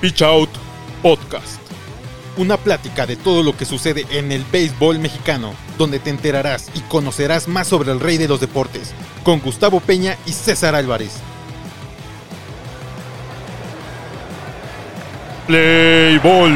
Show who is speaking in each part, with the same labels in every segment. Speaker 1: Pitch Out Podcast. Una plática de todo lo que sucede en el béisbol mexicano, donde te enterarás y conocerás más sobre el rey de los deportes, con Gustavo Peña y César Álvarez. Play Ball.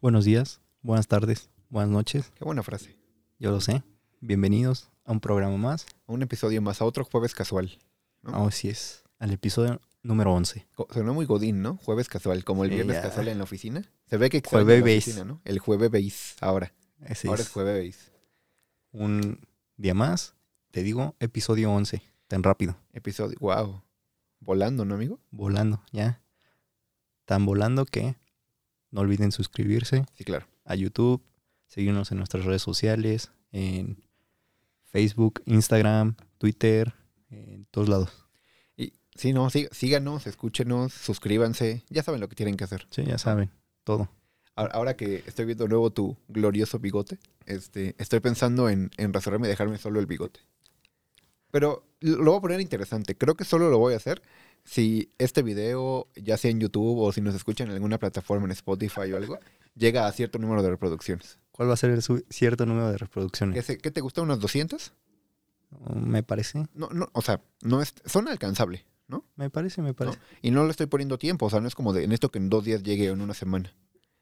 Speaker 2: Buenos días, buenas tardes, buenas noches,
Speaker 3: Qué buena frase.
Speaker 2: yo lo sé. Bienvenidos a un programa más.
Speaker 3: A un episodio más, a otro jueves casual. ¿no?
Speaker 2: Así es, al episodio número 11.
Speaker 3: Co- Sonó muy godín, ¿no? Jueves casual, como el
Speaker 2: Sí,
Speaker 3: viernes
Speaker 2: ya.
Speaker 3: casual en la oficina. Se ve que extraña
Speaker 2: Jueves
Speaker 3: la
Speaker 2: beis.
Speaker 3: oficina, ¿no? El jueves beis, ahora.
Speaker 2: Así
Speaker 3: ahora
Speaker 2: es.
Speaker 3: es jueves beis.
Speaker 2: Un día más, te digo, episodio 11. Tan rápido,
Speaker 3: Episodio, wow. Volando, ¿no, amigo?
Speaker 2: volando, ya. Tan volando que no olviden suscribirse
Speaker 3: Sí, claro.
Speaker 2: a YouTube, seguirnos en nuestras redes sociales, en Facebook, Instagram, Twitter, en todos lados.
Speaker 3: Y sí, no, sí- síganos, escúchenos, suscríbanse. Ya saben lo que tienen que hacer.
Speaker 2: Sí, ya saben, todo.
Speaker 3: Ahora, ahora que estoy viendo luego tu glorioso bigote, este, estoy pensando en, en rasurarme y dejarme solo el bigote. Pero lo lo voy a poner interesante. Creo que solo lo voy a hacer si este video, ya sea en YouTube o si nos escuchan en alguna plataforma, en Spotify o algo, llega a cierto número de reproducciones.
Speaker 2: ¿Cuál va a ser el su- cierto número de
Speaker 3: ¿Qué,
Speaker 2: reproducciones?
Speaker 3: se- qué te gusta? ¿Unos 200?
Speaker 2: Me parece,
Speaker 3: No, no, o sea, no es, son alcanzables, ¿no?
Speaker 2: me parece, me parece.
Speaker 3: Y no le estoy poniendo tiempo, o sea, no es como de en esto que en dos días llegue o en una semana.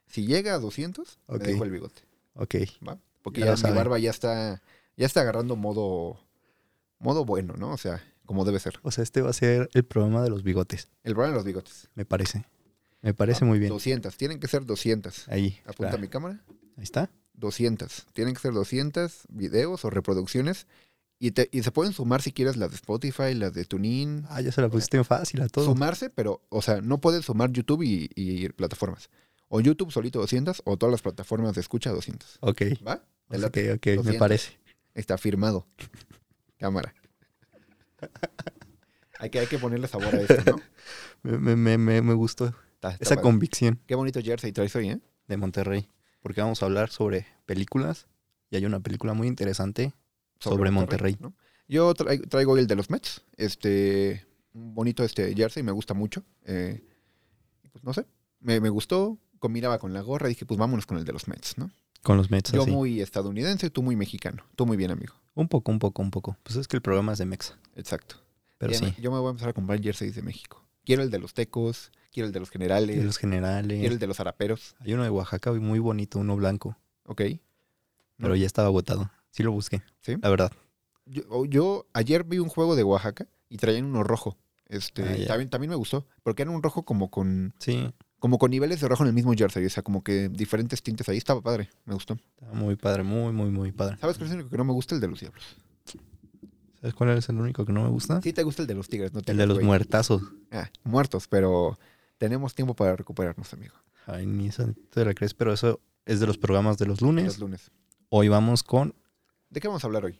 Speaker 3: Si llega a 200,
Speaker 2: Ok.
Speaker 3: me dejo el bigote.
Speaker 2: Ok,
Speaker 3: ¿va? Porque
Speaker 2: Ya
Speaker 3: ya,
Speaker 2: lo
Speaker 3: mi
Speaker 2: saben.
Speaker 3: barba ya está, ya está agarrando modo, modo bueno, ¿no? O sea, como debe ser.
Speaker 2: o sea, este va a ser el programa de los bigotes,
Speaker 3: El problema de los bigotes.
Speaker 2: me parece. Me parece
Speaker 3: Ah,
Speaker 2: muy bien.
Speaker 3: 200, tienen que ser 200.
Speaker 2: Ahí,
Speaker 3: Apunta
Speaker 2: espera,
Speaker 3: mi cámara.
Speaker 2: ahí está.
Speaker 3: 200. Tienen que ser 200 videos o reproducciones. Y, te- y se pueden sumar si quieres las de Spotify, las de TuneIn.
Speaker 2: Ah, ya se la pusiste en fácil a todo.
Speaker 3: Sumarse, pero, o sea, no pueden sumar YouTube y, y plataformas. O YouTube solito 200 o todas las plataformas de escucha 200.
Speaker 2: Ok,
Speaker 3: ¿Va? Te
Speaker 2: ok,
Speaker 3: late.
Speaker 2: ok, me
Speaker 3: 200.
Speaker 2: parece.
Speaker 3: Está firmado. Cámara. Hay que, hay que ponerle sabor a esto, ¿no?
Speaker 2: Me, me- me- me- me gustó
Speaker 3: Está- está
Speaker 2: esa
Speaker 3: padre.
Speaker 2: convicción
Speaker 3: Qué bonito jersey traes hoy, ¿eh?
Speaker 2: de Monterrey, porque vamos a hablar sobre películas y hay una película muy interesante. Sobre Monterrey.
Speaker 3: ¿no? Yo trai- traigo el de los Mets. Este, un bonito este jersey, me gusta mucho. Eh, pues no sé, me, me gustó, combinaba con la gorra, dije, pues vámonos con el de los Mets, ¿no?
Speaker 2: Con los Mets,
Speaker 3: Yo
Speaker 2: así.
Speaker 3: muy estadounidense, tú muy mexicano. Tú muy bien, amigo.
Speaker 2: Un poco, un poco, un poco. Pues es que el programa es de Mexa,
Speaker 3: Exacto.
Speaker 2: pero
Speaker 3: Ya me-
Speaker 2: sí.
Speaker 3: Yo me voy a empezar a comprar jerseys de México. Quiero el de los tecos, quiero el de los generales,
Speaker 2: De los generales.
Speaker 3: quiero el de los haraperos,
Speaker 2: Hay uno de Oaxaca muy bonito, uno blanco,
Speaker 3: ¿ok? ¿no?
Speaker 2: pero ya estaba agotado. Sí lo busqué,
Speaker 3: ¿Sí?
Speaker 2: la verdad.
Speaker 3: Yo, o- yo ayer vi un juego de Oaxaca y traían uno rojo. Este,
Speaker 2: Ah, ya.
Speaker 3: también, también me gustó, porque era un rojo como con,
Speaker 2: Sí,
Speaker 3: como con niveles de rojo en el mismo jersey, o sea, como que diferentes tintes ahí. Estaba padre, me gustó.
Speaker 2: estaba muy padre, muy, muy, muy padre.
Speaker 3: ¿Sabes cuál es el único que no me gusta? El de los diablos.
Speaker 2: ¿Sabes cuál es el único que no me gusta?
Speaker 3: Sí te gusta el de los tigres, no te
Speaker 2: el de
Speaker 3: hagas,
Speaker 2: los
Speaker 3: güey.
Speaker 2: muertazos.
Speaker 3: Ah, muertos, pero tenemos tiempo para recuperarnos, amigo.
Speaker 2: Ay, ni esa te la crees, pero eso es de los programas de los
Speaker 3: Los
Speaker 2: lunes.
Speaker 3: lunes.
Speaker 2: Hoy vamos con
Speaker 3: ¿De qué vamos a hablar hoy?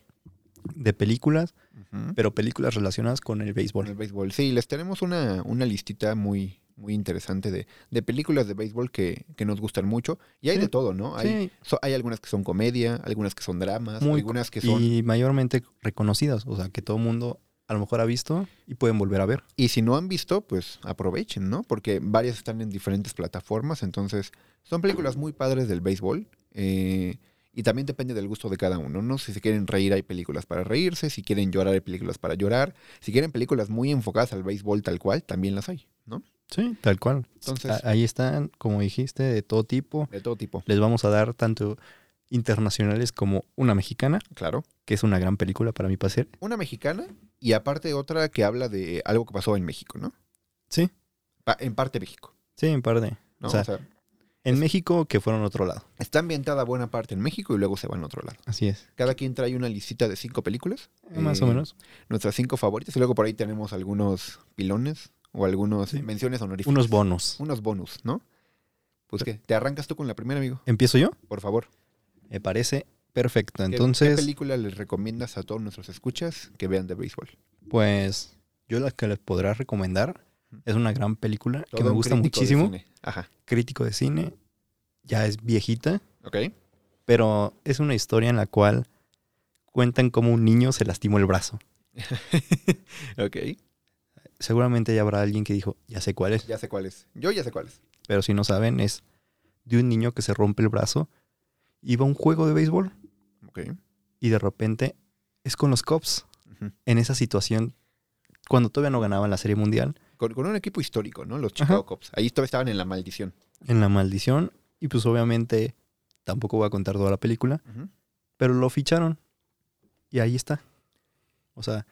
Speaker 2: de películas,
Speaker 3: Ujú.
Speaker 2: pero películas relacionadas con el
Speaker 3: con
Speaker 2: béisbol.
Speaker 3: el béisbol. Sí, les tenemos una, una listita muy, muy interesante de, de películas de béisbol que, que nos gustan mucho. Y hay
Speaker 2: Sí.
Speaker 3: de todo, ¿no? Hay,
Speaker 2: Sí,
Speaker 3: so- hay algunas que son comedia, algunas que son dramas,
Speaker 2: Muy
Speaker 3: algunas que son... Y...
Speaker 2: y mayormente reconocidas, o sea, que todo el mundo a lo mejor ha visto y pueden volver a ver.
Speaker 3: si no han visto, pues aprovechen, ¿no? Porque varias están en diferentes plataformas, entonces son películas muy padres del béisbol. eh, y también depende del gusto de cada uno, ¿no? Si se quieren reír hay películas para reírse, si quieren llorar hay películas para llorar, si quieren películas muy enfocadas al béisbol tal cual, también las hay, ¿no?
Speaker 2: Sí, tal cual.
Speaker 3: Entonces-
Speaker 2: A- ahí están, como dijiste, de todo tipo.
Speaker 3: De todo tipo,
Speaker 2: Les vamos a dar tanto internacionales como una mexicana,
Speaker 3: claro.
Speaker 2: que es una gran película para mi placer.
Speaker 3: una mexicana y aparte otra que habla de algo que pasó en México, ¿no?
Speaker 2: Sí,
Speaker 3: Pa- en parte México,
Speaker 2: sí, en par de.
Speaker 3: ¿no?
Speaker 2: O sea,
Speaker 3: O sea,
Speaker 2: en México que fueron a otro lado.
Speaker 3: Está ambientada buena parte en México y luego se van a otro lado.
Speaker 2: Así es.
Speaker 3: Cada quien trae una listita de cinco películas.
Speaker 2: Más
Speaker 3: eh,
Speaker 2: o menos.
Speaker 3: Nuestras cinco favoritas. Y luego por ahí tenemos algunos pilones o algunos
Speaker 2: Sí.
Speaker 3: menciones honoríficas.
Speaker 2: Unos bonos.
Speaker 3: Unos bonus, ¿no? Pues que te arrancas tú con la primera, amigo,
Speaker 2: ¿Empiezo yo?
Speaker 3: por favor.
Speaker 2: Me parece perfecto.
Speaker 3: ¿Qué- ¿Qué,
Speaker 2: Entonces,
Speaker 3: película les recomiendas a todos nuestros escuchas que vean de béisbol?
Speaker 2: pues yo la que les podrá recomendar es una gran película que
Speaker 3: Todo
Speaker 2: me
Speaker 3: un
Speaker 2: gusta
Speaker 3: crítico de
Speaker 2: muchísimo.
Speaker 3: cine. Ajá.
Speaker 2: crítico de cine. Ya es viejita,
Speaker 3: Ok.
Speaker 2: pero es una historia en la cual cuentan cómo un niño se lastimó el brazo.
Speaker 3: Ok.
Speaker 2: Seguramente ya habrá alguien que dijo, ya sé cuál es.
Speaker 3: Ya sé cuál es. Yo ya sé cuál es.
Speaker 2: pero si no saben, es de un niño que se rompe el brazo, iba a un juego de béisbol
Speaker 3: Ok.
Speaker 2: y de repente es con los Cubs
Speaker 3: Ujú.
Speaker 2: en esa situación cuando todavía no ganaban la Serie Mundial,
Speaker 3: Con, con un equipo histórico, ¿no? Los Chicago Cubs. Ahí todavía estaban en la maldición.
Speaker 2: en la maldición y pues obviamente tampoco voy a contar toda la película,
Speaker 3: Ujú.
Speaker 2: pero lo ficharon y ahí está. O sea,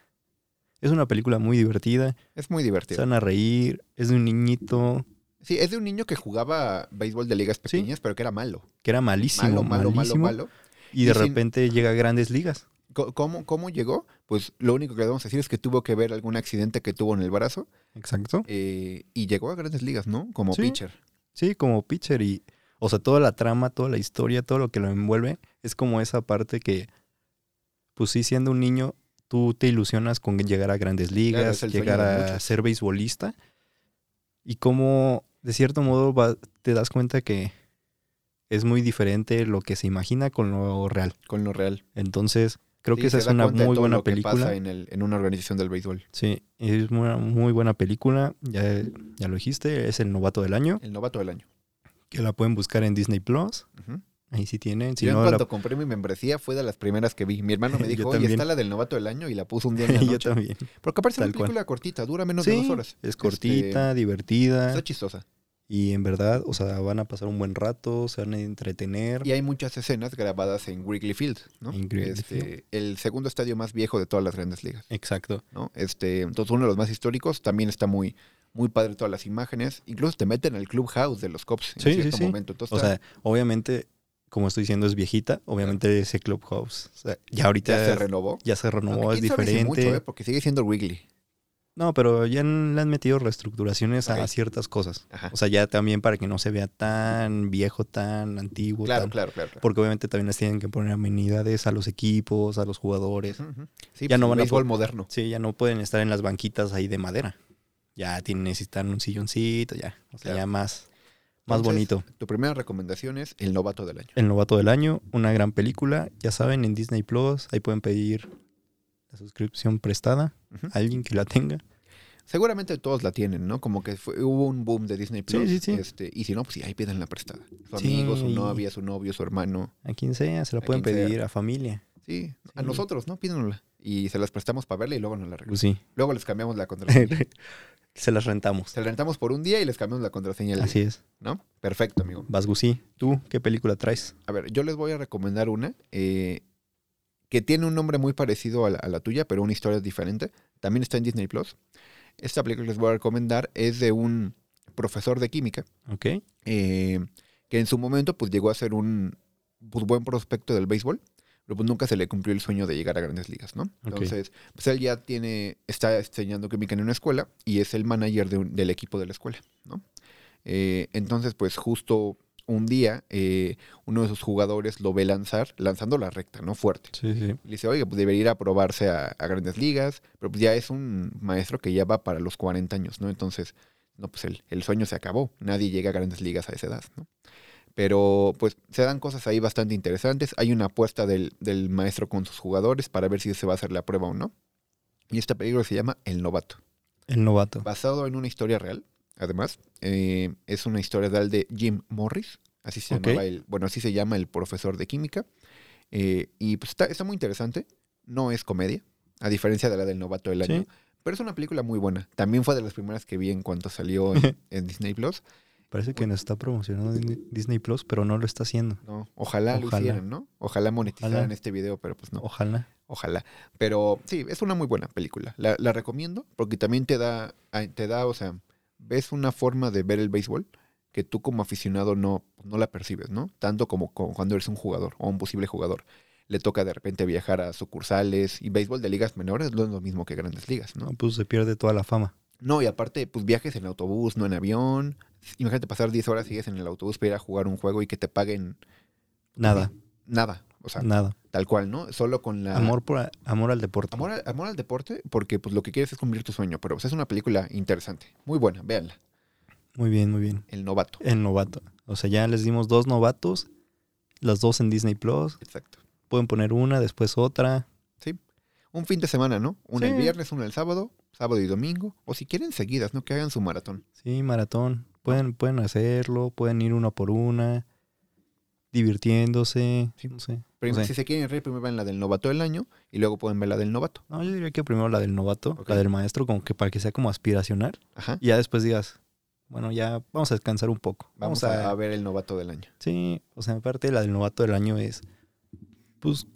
Speaker 2: es una película muy divertida,
Speaker 3: Es muy
Speaker 2: se
Speaker 3: divertido.
Speaker 2: van a reír, es de un niñito
Speaker 3: sí, es de un niño que jugaba béisbol de ligas pequeñas, pero que era malo.
Speaker 2: que era malísimo,
Speaker 3: Malo, malo, malo,
Speaker 2: malísimo,
Speaker 3: malo.
Speaker 2: y de
Speaker 3: Y sin-
Speaker 2: repente llega a grandes ligas.
Speaker 3: Co- ¿Cómo, ¿Cómo llegó? Pues lo único que le vamos a decir es que tuvo que ver algún accidente que tuvo en el brazo
Speaker 2: Exacto.
Speaker 3: eh, y llegó a grandes ligas, ¿no? Como
Speaker 2: Sí.
Speaker 3: pitcher.
Speaker 2: Sí, como pitcher y, o sea, toda la trama, toda la historia, todo lo que lo envuelve, es como esa parte que, pues sí, siendo un niño, tú te ilusionas con llegar a grandes ligas,
Speaker 3: es el sueño
Speaker 2: llegar
Speaker 3: de
Speaker 2: a
Speaker 3: muchos.
Speaker 2: ser beisbolista y como, de cierto modo, va- te das cuenta que es muy diferente lo que se imagina con lo real.
Speaker 3: con lo real.
Speaker 2: Entonces, creo
Speaker 3: Sí,
Speaker 2: que esa
Speaker 3: se
Speaker 2: es
Speaker 3: da
Speaker 2: una
Speaker 3: cuenta de
Speaker 2: muy
Speaker 3: todo
Speaker 2: buena
Speaker 3: lo que pasa
Speaker 2: película.
Speaker 3: en, el- en una organización del béisbol.
Speaker 2: Sí, es una muy buena película, ya, ya lo dijiste, es el novato del año,
Speaker 3: El novato del año.
Speaker 2: que la pueden buscar en Disney Plus.
Speaker 3: Ujú.
Speaker 2: Ahí sí tienen. Si
Speaker 3: yo
Speaker 2: no,
Speaker 3: en
Speaker 2: la-
Speaker 3: cuanto compré mi membresía fue de las primeras que vi. Mi hermano me
Speaker 2: Yo
Speaker 3: dijo, oye,
Speaker 2: también.
Speaker 3: está la del novato del año y la puso un día en la
Speaker 2: yo
Speaker 3: noche.
Speaker 2: también.
Speaker 3: Porque aparece una
Speaker 2: Tal cual.
Speaker 3: película cortita, dura menos de
Speaker 2: Sí,
Speaker 3: dos horas.
Speaker 2: es
Speaker 3: Este,
Speaker 2: cortita, divertida.
Speaker 3: está chistosa.
Speaker 2: Y en verdad, o sea, van a pasar un buen rato, se van a entretener.
Speaker 3: Y hay muchas escenas grabadas en Wrigley Field, ¿no?
Speaker 2: En Wrigley
Speaker 3: Este,
Speaker 2: Field.
Speaker 3: El segundo estadio más viejo de todas las grandes ligas.
Speaker 2: Exacto.
Speaker 3: ¿no? Este, entonces uno de los más históricos también está muy, muy padre todas las imágenes. Incluso te meten al clubhouse de los cops en
Speaker 2: Sí, sí,
Speaker 3: cierto
Speaker 2: sí.
Speaker 3: momento. Entonces,
Speaker 2: O
Speaker 3: está-
Speaker 2: sea, obviamente, como estoy diciendo, es viejita. Obviamente ese Clubhouse, o sea, ya ahorita
Speaker 3: ya se renovó.
Speaker 2: renovó,
Speaker 3: Aunque
Speaker 2: es
Speaker 3: quién sabe si
Speaker 2: diferente.
Speaker 3: mucho, ¿eh? porque sigue siendo Wrigley.
Speaker 2: No, pero ya han- le han metido reestructuraciones a
Speaker 3: Ok. Ah.
Speaker 2: ciertas cosas.
Speaker 3: Ajá.
Speaker 2: O sea, ya también para que no se vea tan viejo, tan antiguo.
Speaker 3: Claro,
Speaker 2: tan-
Speaker 3: claro, claro. claro.
Speaker 2: Porque obviamente también les tienen que poner amenidades a los equipos, a los jugadores.
Speaker 3: Ujú, ujú. Sí,
Speaker 2: Ya
Speaker 3: pues,
Speaker 2: no van a
Speaker 3: béisbol
Speaker 2: po-
Speaker 3: moderno.
Speaker 2: Sí, ya no pueden estar en las banquitas ahí de madera. Ya tienen, necesitan un silloncito, ya. O sea,
Speaker 3: Claro.
Speaker 2: ya más, más
Speaker 3: Entonces,
Speaker 2: bonito.
Speaker 3: Tu primera recomendación es El Novato del Año.
Speaker 2: El novato del año, una gran película. Ya saben, en Disney Plus, ahí pueden pedir la suscripción prestada.
Speaker 3: Ujú.
Speaker 2: Alguien que la tenga.
Speaker 3: Seguramente todos la tienen, ¿no? Como que fue- hubo un boom de Disney
Speaker 2: Sí,
Speaker 3: Plus.
Speaker 2: sí, sí.
Speaker 3: Este, y si no, pues sí, ahí piden la prestada. Su
Speaker 2: Sí.
Speaker 3: amigo, su novia, su novio, su hermano.
Speaker 2: A quien sea, se la
Speaker 3: A
Speaker 2: pueden
Speaker 3: quien sea.
Speaker 2: pedir a familia.
Speaker 3: Sí, a
Speaker 2: Sí.
Speaker 3: nosotros, ¿no? Pídanosla. Y se las prestamos para verla y luego nos la regresan.
Speaker 2: Pues sí.
Speaker 3: Luego les cambiamos la contraseña.
Speaker 2: se las rentamos.
Speaker 3: Se la rentamos por un día y les cambiamos la contraseña. al
Speaker 2: Así
Speaker 3: día,
Speaker 2: es.
Speaker 3: ¿No? Perfecto, amigo.
Speaker 2: Vas, Gusí, ¿tú qué película traes?
Speaker 3: A ver, yo les voy a recomendar una eh, que tiene un nombre muy parecido a la, a la tuya, pero una historia diferente. También está en Disney Plus. Esta película que les voy a recomendar es de un profesor de química
Speaker 2: ¿Ok?
Speaker 3: eh, que en su momento pues llegó a ser un pues, buen prospecto del béisbol, pero pues nunca se le cumplió el sueño de llegar a grandes ligas, ¿no? Entonces, pues él ya tiene, está enseñando química en una escuela y es el manager de un- del equipo de la escuela, ¿no? Eh, entonces, pues justo un día, eh, uno de sus jugadores lo ve lanzar, lanzando la recta, ¿no? Fuerte.
Speaker 2: Sí, sí.
Speaker 3: Le dice, oiga, pues debería ir a probarse a, a grandes ligas, pero pues ya es un maestro que ya va para los 40 años, ¿no? Entonces, no, pues el, el sueño se acabó, nadie llega a grandes ligas a esa edad, ¿no? Pero pues se dan cosas ahí bastante interesantes, hay una apuesta del, del maestro con sus jugadores para ver si se va a hacer la prueba o no. Y este peligro se llama El Novato,
Speaker 2: El novato.
Speaker 3: basado en una historia real, además, eh, es una historia real de Jim Morris, así se,
Speaker 2: Ok.
Speaker 3: llamaba el, bueno, así se llama el profesor de química. Eh, y pues está, está muy interesante. No es comedia, a diferencia de la del novato del año.
Speaker 2: Sí.
Speaker 3: Pero es una película muy buena. También fue de las primeras que vi en cuanto salió en, en Disney Plus.
Speaker 2: Parece que nos está promocionando Disney- Disney Plus, pero no lo está haciendo.
Speaker 3: No, ojalá, lo
Speaker 2: Ojalá.
Speaker 3: hicieran, ¿no? Ojalá monetizaran
Speaker 2: Ojalá.
Speaker 3: este video, pero pues no.
Speaker 2: Ojalá.
Speaker 3: Ojalá. Pero sí, es una muy buena película. La, la recomiendo porque también te da, a- te da, o sea, ves una forma de ver el béisbol que tú como aficionado no, no la percibes, ¿no? Tanto como, como cuando eres un jugador o un posible jugador. Le toca de repente viajar a sucursales y béisbol de ligas menores no es lo mismo que grandes ligas, ¿no?
Speaker 2: No, pues se pierde toda la fama.
Speaker 3: No, y aparte, pues viajes en autobús, no en avión. Imagínate pasar 10 horas sigues en el autobús para ir a jugar un juego y que te paguen
Speaker 2: Nada,
Speaker 3: nada. O sea,
Speaker 2: nada.
Speaker 3: tal cual, ¿no? Solo con la...
Speaker 2: Amor, por, a- amor al deporte.
Speaker 3: Amor al, amor al deporte, porque pues lo que quieres es cumplir tu sueño, pero pues, es una película interesante, muy buena, véanla,
Speaker 2: Muy bien, muy bien.
Speaker 3: El Novato.
Speaker 2: El novato. O sea, ya les dimos dos novatos, las dos en Disney Plus.
Speaker 3: Exacto.
Speaker 2: Pueden poner una, después otra.
Speaker 3: Un fin de semana, ¿no? Una el
Speaker 2: Sí.
Speaker 3: viernes, una el sábado, sábado y domingo, o si quieren seguidas, ¿no? Que hagan su maratón.
Speaker 2: Sí, maratón. Pueden, pueden hacerlo, pueden ir una por una, divirtiéndose.
Speaker 3: Sí.
Speaker 2: No sé.
Speaker 3: Pero
Speaker 2: Sí.
Speaker 3: si se quieren reír, primero ven la del Novato del año y luego pueden ver la del Novato.
Speaker 2: No, yo diría que primero la del novato,
Speaker 3: Ok.
Speaker 2: la del maestro, como que para que sea como aspiracional.
Speaker 3: Ajá.
Speaker 2: Y ya después digas, bueno, ya vamos a descansar un poco.
Speaker 3: Vamos a, ver el Novato del año.
Speaker 2: Sí, o sea, aparte la del novato del año es, pues,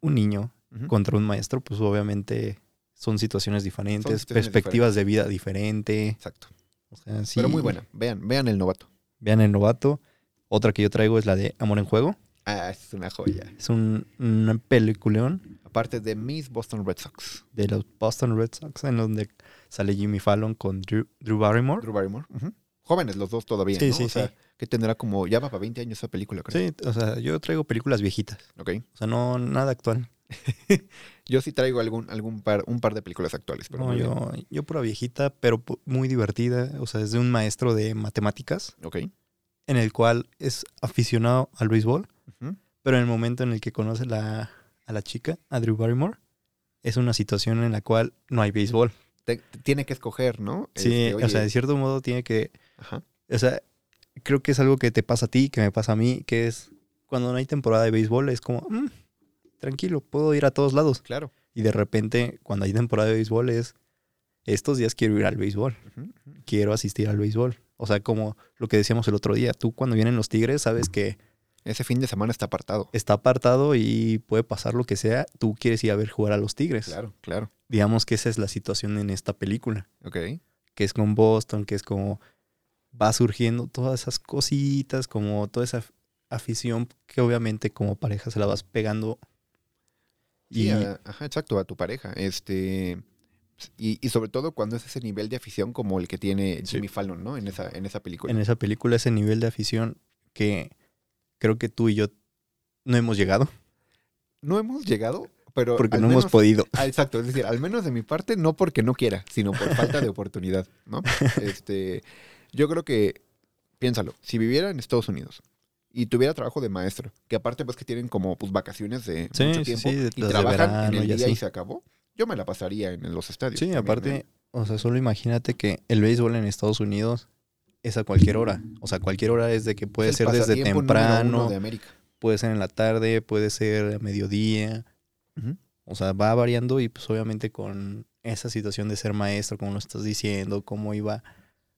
Speaker 2: un niño
Speaker 3: Ujú.
Speaker 2: contra un maestro, pues obviamente son situaciones diferentes,
Speaker 3: Son situaciones
Speaker 2: perspectivas de vida diferente.
Speaker 3: Exacto.
Speaker 2: O sea, sí.
Speaker 3: Pero muy buena. Vean, vean el Novato.
Speaker 2: Vean el novato. Otra que yo traigo es la de Amor en Juego.
Speaker 3: Ah, es una joya.
Speaker 2: Es un, un peliculeón
Speaker 3: Aparte de mis Boston Red Sox.
Speaker 2: de los Boston Red Sox en donde sale Jimmy Fallon con Drew, Drew Barrymore.
Speaker 3: Drew Barrymore. ujú. Jóvenes los dos todavía,
Speaker 2: Sí,
Speaker 3: ¿no?
Speaker 2: sí,
Speaker 3: o sea,
Speaker 2: sí.
Speaker 3: que tendrá como, ya va para 20 años esa película, creo.
Speaker 2: Sí, o sea, yo traigo películas viejitas.
Speaker 3: Ok.
Speaker 2: O sea, no nada actual.
Speaker 3: Yo sí traigo algún, algún par, un par de películas actuales, pero
Speaker 2: No,
Speaker 3: muy bien.
Speaker 2: yo, yo pura viejita, pero pu- muy divertida. O sea, es de un maestro de matemáticas
Speaker 3: Ok.
Speaker 2: en el cual es aficionado al béisbol,
Speaker 3: ujú.
Speaker 2: pero en el momento en el que conoce la- a la chica, a Drew Barrymore, es una situación en la cual no hay béisbol.
Speaker 3: Te- te- tiene que escoger, ¿no?
Speaker 2: Sí,
Speaker 3: Este,
Speaker 2: o
Speaker 3: oye,
Speaker 2: sea, de cierto modo tiene que,
Speaker 3: ajá,
Speaker 2: o sea, creo que es algo que te pasa a ti, que me pasa a mí, que es cuando no hay temporada de béisbol es como, "Mm, tranquilo, puedo ir a todos lados.
Speaker 3: claro.
Speaker 2: Y de repente, cuando hay temporada de béisbol, es estos días quiero ir al béisbol,
Speaker 3: ujú, ujú.
Speaker 2: quiero asistir al béisbol. O sea, como lo que decíamos el otro día, tú cuando vienen los Tigres sabes que
Speaker 3: Ese fin de semana está apartado.
Speaker 2: está apartado y puede pasar lo que sea, tú quieres ir a ver jugar a los Tigres.
Speaker 3: Claro, claro.
Speaker 2: Digamos que esa es la situación en esta película,
Speaker 3: Ok.
Speaker 2: que es con Boston, que es como va surgiendo todas esas cositas, como toda esa af- afición que obviamente como pareja se la vas pegando.
Speaker 3: Sí,
Speaker 2: Y
Speaker 3: a- ajá, exacto, a tu pareja. Este. Y, y sobre todo cuando es ese nivel de afición como el que tiene
Speaker 2: Sí.
Speaker 3: Jimmy Fallon, ¿no? En esa, en esa película.
Speaker 2: en esa película ese nivel de afición que creo que tú y yo no hemos llegado
Speaker 3: No hemos llegado, pero.
Speaker 2: porque
Speaker 3: al
Speaker 2: no hemos
Speaker 3: menos-
Speaker 2: podido.
Speaker 3: Ah, Exacto, es decir, al menos de mi parte, no porque no quiera, sino por falta de oportunidad, ¿no? Este, yo creo que, piénsalo, si viviera en Estados Unidos y tuviera trabajo de maestro, que aparte pues que tienen como pues vacaciones de
Speaker 2: Sí,
Speaker 3: mucho
Speaker 2: sí,
Speaker 3: tiempo
Speaker 2: sí, de-
Speaker 3: y
Speaker 2: las de
Speaker 3: trabajan
Speaker 2: verano
Speaker 3: en el
Speaker 2: y
Speaker 3: día y
Speaker 2: así.
Speaker 3: se acabó, yo me la pasaría en los estadios.
Speaker 2: Sí,
Speaker 3: también, ¿eh?
Speaker 2: aparte, o sea, solo imagínate que el béisbol en Estados Unidos es a cualquier hora. O sea, cualquier hora es de que
Speaker 3: ¿no?
Speaker 2: puede
Speaker 3: Es el
Speaker 2: ser desde
Speaker 3: pasatiempo número uno
Speaker 2: temprano,
Speaker 3: de América.
Speaker 2: puede ser en la tarde, puede ser a mediodía.
Speaker 3: Ujú.
Speaker 2: O sea, va variando y pues obviamente con esa situación de ser maestro, como lo estás diciendo, cómo iba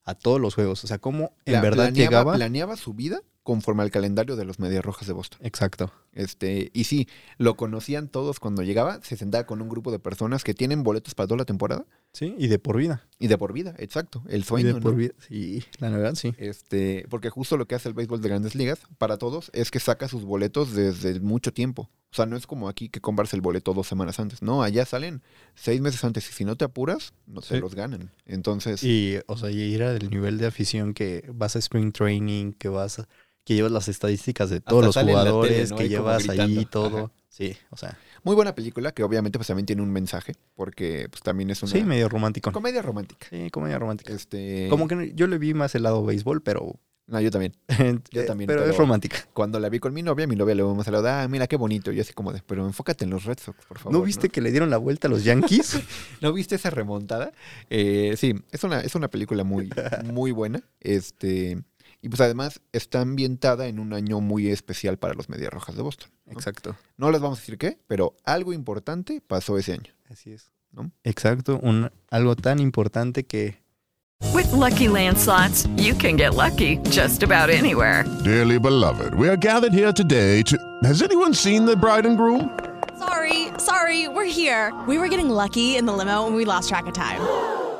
Speaker 2: a todos los juegos. O sea, cómo en
Speaker 3: Pla-
Speaker 2: verdad
Speaker 3: planeaba-
Speaker 2: llegaba.
Speaker 3: Planeaba su vida conforme al calendario de los Medias Rojas de Boston.
Speaker 2: Exacto.
Speaker 3: Este, y sí, lo conocían todos cuando llegaba, se sentaba con un grupo de personas que tienen boletos para toda la temporada
Speaker 2: Sí, y de por vida.
Speaker 3: y de por vida, exacto, el
Speaker 2: Y
Speaker 3: sueño,
Speaker 2: de por
Speaker 3: ¿no?
Speaker 2: vida. Sí, la verdad, sí.
Speaker 3: Este, porque justo lo que hace el béisbol de Grandes Ligas para todos es que saca sus boletos desde mucho tiempo. O sea, no es como aquí que compras el boleto dos semanas antes. No, allá salen seis meses antes y si no te apuras, no te
Speaker 2: Sí.
Speaker 3: los ganan. Entonces,
Speaker 2: Y, o sea, y era del nivel de afición que vas a spring training, que vas a- que llevas las estadísticas de todos
Speaker 3: sale en
Speaker 2: los
Speaker 3: la tele,
Speaker 2: jugadores,
Speaker 3: ¿no?
Speaker 2: que
Speaker 3: Ahí como
Speaker 2: llevas ahí
Speaker 3: gritando.
Speaker 2: todo.
Speaker 3: Ajá.
Speaker 2: Sí, o sea,
Speaker 3: muy buena película que obviamente pues también tiene un mensaje porque pues también es una
Speaker 2: sí, medio romántico.
Speaker 3: comedia romántica.
Speaker 2: Sí, comedia romántica.
Speaker 3: Este,
Speaker 2: Como que no- yo le vi más el lado béisbol, pero.
Speaker 3: No, yo también.
Speaker 2: eh,
Speaker 3: también,
Speaker 2: Pero,
Speaker 3: pero-
Speaker 2: es romántica.
Speaker 3: Cuando la vi con mi novia, mi novia le vamos a saludar, ah, mira qué bonito. Yo así como de, pero enfócate en los Red Sox, por favor.
Speaker 2: ¿No viste que le dieron la vuelta a los Yankees?
Speaker 3: ¿No viste esa remontada? Eh, sí, es una, es una película muy, muy buena. Este, y pues además está ambientada en un año muy especial para los Medias Rojas de Boston. ¿no?
Speaker 2: Exacto.
Speaker 3: No les vamos a decir qué, pero algo importante pasó ese año.
Speaker 2: Así es.
Speaker 3: ¿No?
Speaker 2: Exacto. Un, algo tan importante que.
Speaker 4: With Lucky Land slots, you can get lucky just about anywhere.
Speaker 5: Dearly beloved, we are gathered here today to. Has anyone seen the bride and groom?
Speaker 6: Sorry, sorry, we're here. We were getting lucky in the limo and we lost track of time.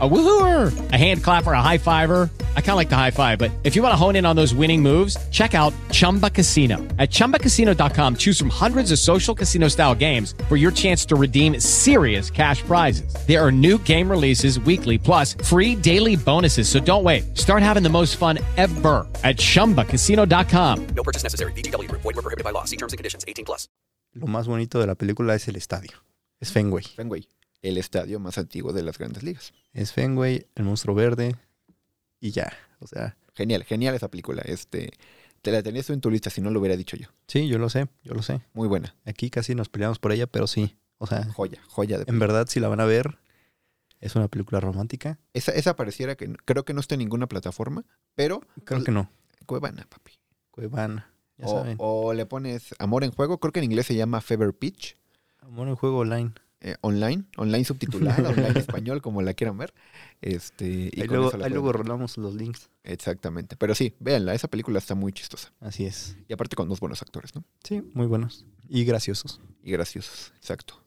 Speaker 7: A woohooer, a hand clapper, a high fiver. I kind of like the high five, but if you want to hone in on those winning moves, check out Chumba Casino. At chumbacasino.com, choose from hundreds of social casino style games for your chance to redeem serious cash prizes. There are new game releases weekly, plus free daily bonuses. So don't wait. Start having the most fun ever at chumbacasino.com.
Speaker 8: No purchase necessary. VGW Group. Void were prohibited by law. See terms and conditions. 18 plus.
Speaker 2: Lo más bonito de la película es el estadio. Es Fenway.
Speaker 3: Fenway, el estadio más antiguo de las grandes ligas.
Speaker 2: Es Fenway, el monstruo verde y ya. O sea,
Speaker 3: Genial, genial esa película. Este, te la tenías tú en tu lista si no lo hubiera dicho yo.
Speaker 2: sí, yo lo sé, yo lo sé.
Speaker 3: Muy buena.
Speaker 2: Aquí casi nos peleamos por ella, pero sí. O sea,
Speaker 3: Joya, joya de
Speaker 2: en verdad, si la van a ver, es una película romántica.
Speaker 3: Esa, esa pareciera que no- creo que no está en ninguna plataforma, pero
Speaker 2: Creo que no.
Speaker 3: Cuevana, papi.
Speaker 2: Cuevana, ya
Speaker 3: O,
Speaker 2: saben.
Speaker 3: o le pones Amor en Juego, creo que en inglés se llama Fever Pitch,
Speaker 2: Amor en juego online.
Speaker 3: eh, online, online subtitulada, online español, como la quieran ver. Este, y
Speaker 2: Ahí
Speaker 3: con
Speaker 2: luego,
Speaker 3: eso la
Speaker 2: ahí
Speaker 3: pueden
Speaker 2: luego
Speaker 3: ver.
Speaker 2: rolamos los links.
Speaker 3: Exactamente. Pero sí, véanla, esa película está muy chistosa.
Speaker 2: Así es.
Speaker 3: Y aparte con dos buenos actores, ¿no?
Speaker 2: Sí, muy buenos. Y graciosos.
Speaker 3: Y graciosos, exacto.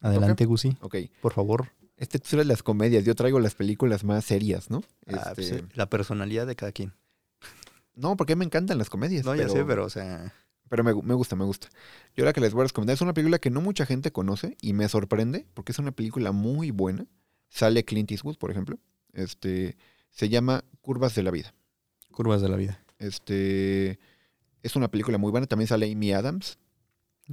Speaker 2: Adelante, Gusi,
Speaker 3: Ok,
Speaker 2: por favor.
Speaker 3: este tú eres las comedias, yo traigo las películas más serias, ¿no?
Speaker 2: Ah, pues,
Speaker 3: Este,
Speaker 2: eh, la personalidad de cada quien.
Speaker 3: No, porque me encantan las comedias.
Speaker 2: No, ya sé, pero, o sea,
Speaker 3: Pero me, gu- me gusta, me gusta. Yo la que les voy a recomendar es una película que no mucha gente conoce y me sorprende porque es una película muy buena. Sale Clint Eastwood, por ejemplo. Este, se llama Curvas de la Vida.
Speaker 2: curvas de la vida.
Speaker 3: Este, es una película muy buena. También sale Amy Adams,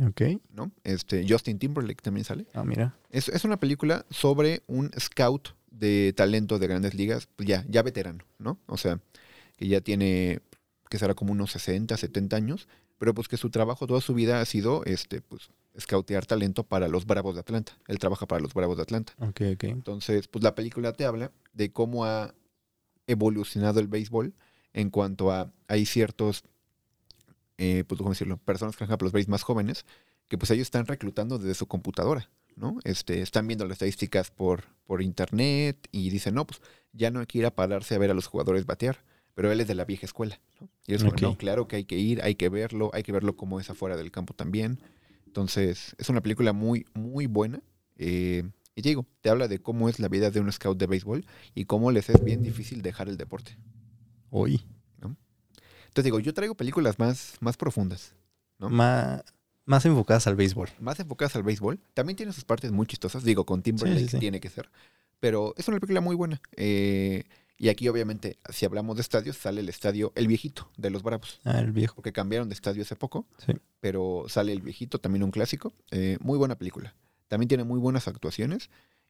Speaker 2: Ok.
Speaker 3: ¿no? Este, Justin Timberlake también sale.
Speaker 2: Ah, mira.
Speaker 3: Es, es una película sobre un scout de talento de grandes ligas, pues ya, ya veterano, ¿no? O sea, que ya tiene, que será como unos 60, 70 años, pero pues que su trabajo toda su vida ha sido, este, pues, scoutear talento para los Bravos de Atlanta. Él trabaja para los Bravos de Atlanta.
Speaker 2: Ok, ok.
Speaker 3: Entonces, pues la película te habla de cómo ha evolucionado el béisbol en cuanto a, hay ciertos, eh, pues, ¿cómo decirlo? Personas que ejemplo, los béis más jóvenes, que pues ellos están reclutando desde su computadora, ¿no? Este, están viendo las estadísticas por, por internet y dicen, no, pues ya no hay que ir a pararse a ver a los jugadores batear, pero él es de la vieja escuela, ¿no? Y es como,
Speaker 2: Ok.
Speaker 3: no, claro que hay que ir, hay que verlo, hay que verlo como es afuera del campo también. Entonces, es una película muy, muy buena. eh, y te digo, te habla de cómo es la vida de un scout de béisbol y cómo les es bien difícil dejar el deporte.
Speaker 2: Hoy.
Speaker 3: Entonces digo, yo traigo películas más, más profundas, ¿no?
Speaker 2: Má- más enfocadas al béisbol.
Speaker 3: más enfocadas al béisbol. También tiene sus partes muy chistosas, digo, con Timberlake
Speaker 2: sí, sí.
Speaker 3: tiene que ser. Pero es una película muy buena. eh, y aquí, obviamente, si hablamos de estadios, sale el estadio El Viejito de los Bravos,
Speaker 2: Ah, el viejo.
Speaker 3: porque cambiaron de estadio hace poco,
Speaker 2: Sí.
Speaker 3: pero sale El Viejito, también un clásico. eh, muy buena película. También tiene muy buenas actuaciones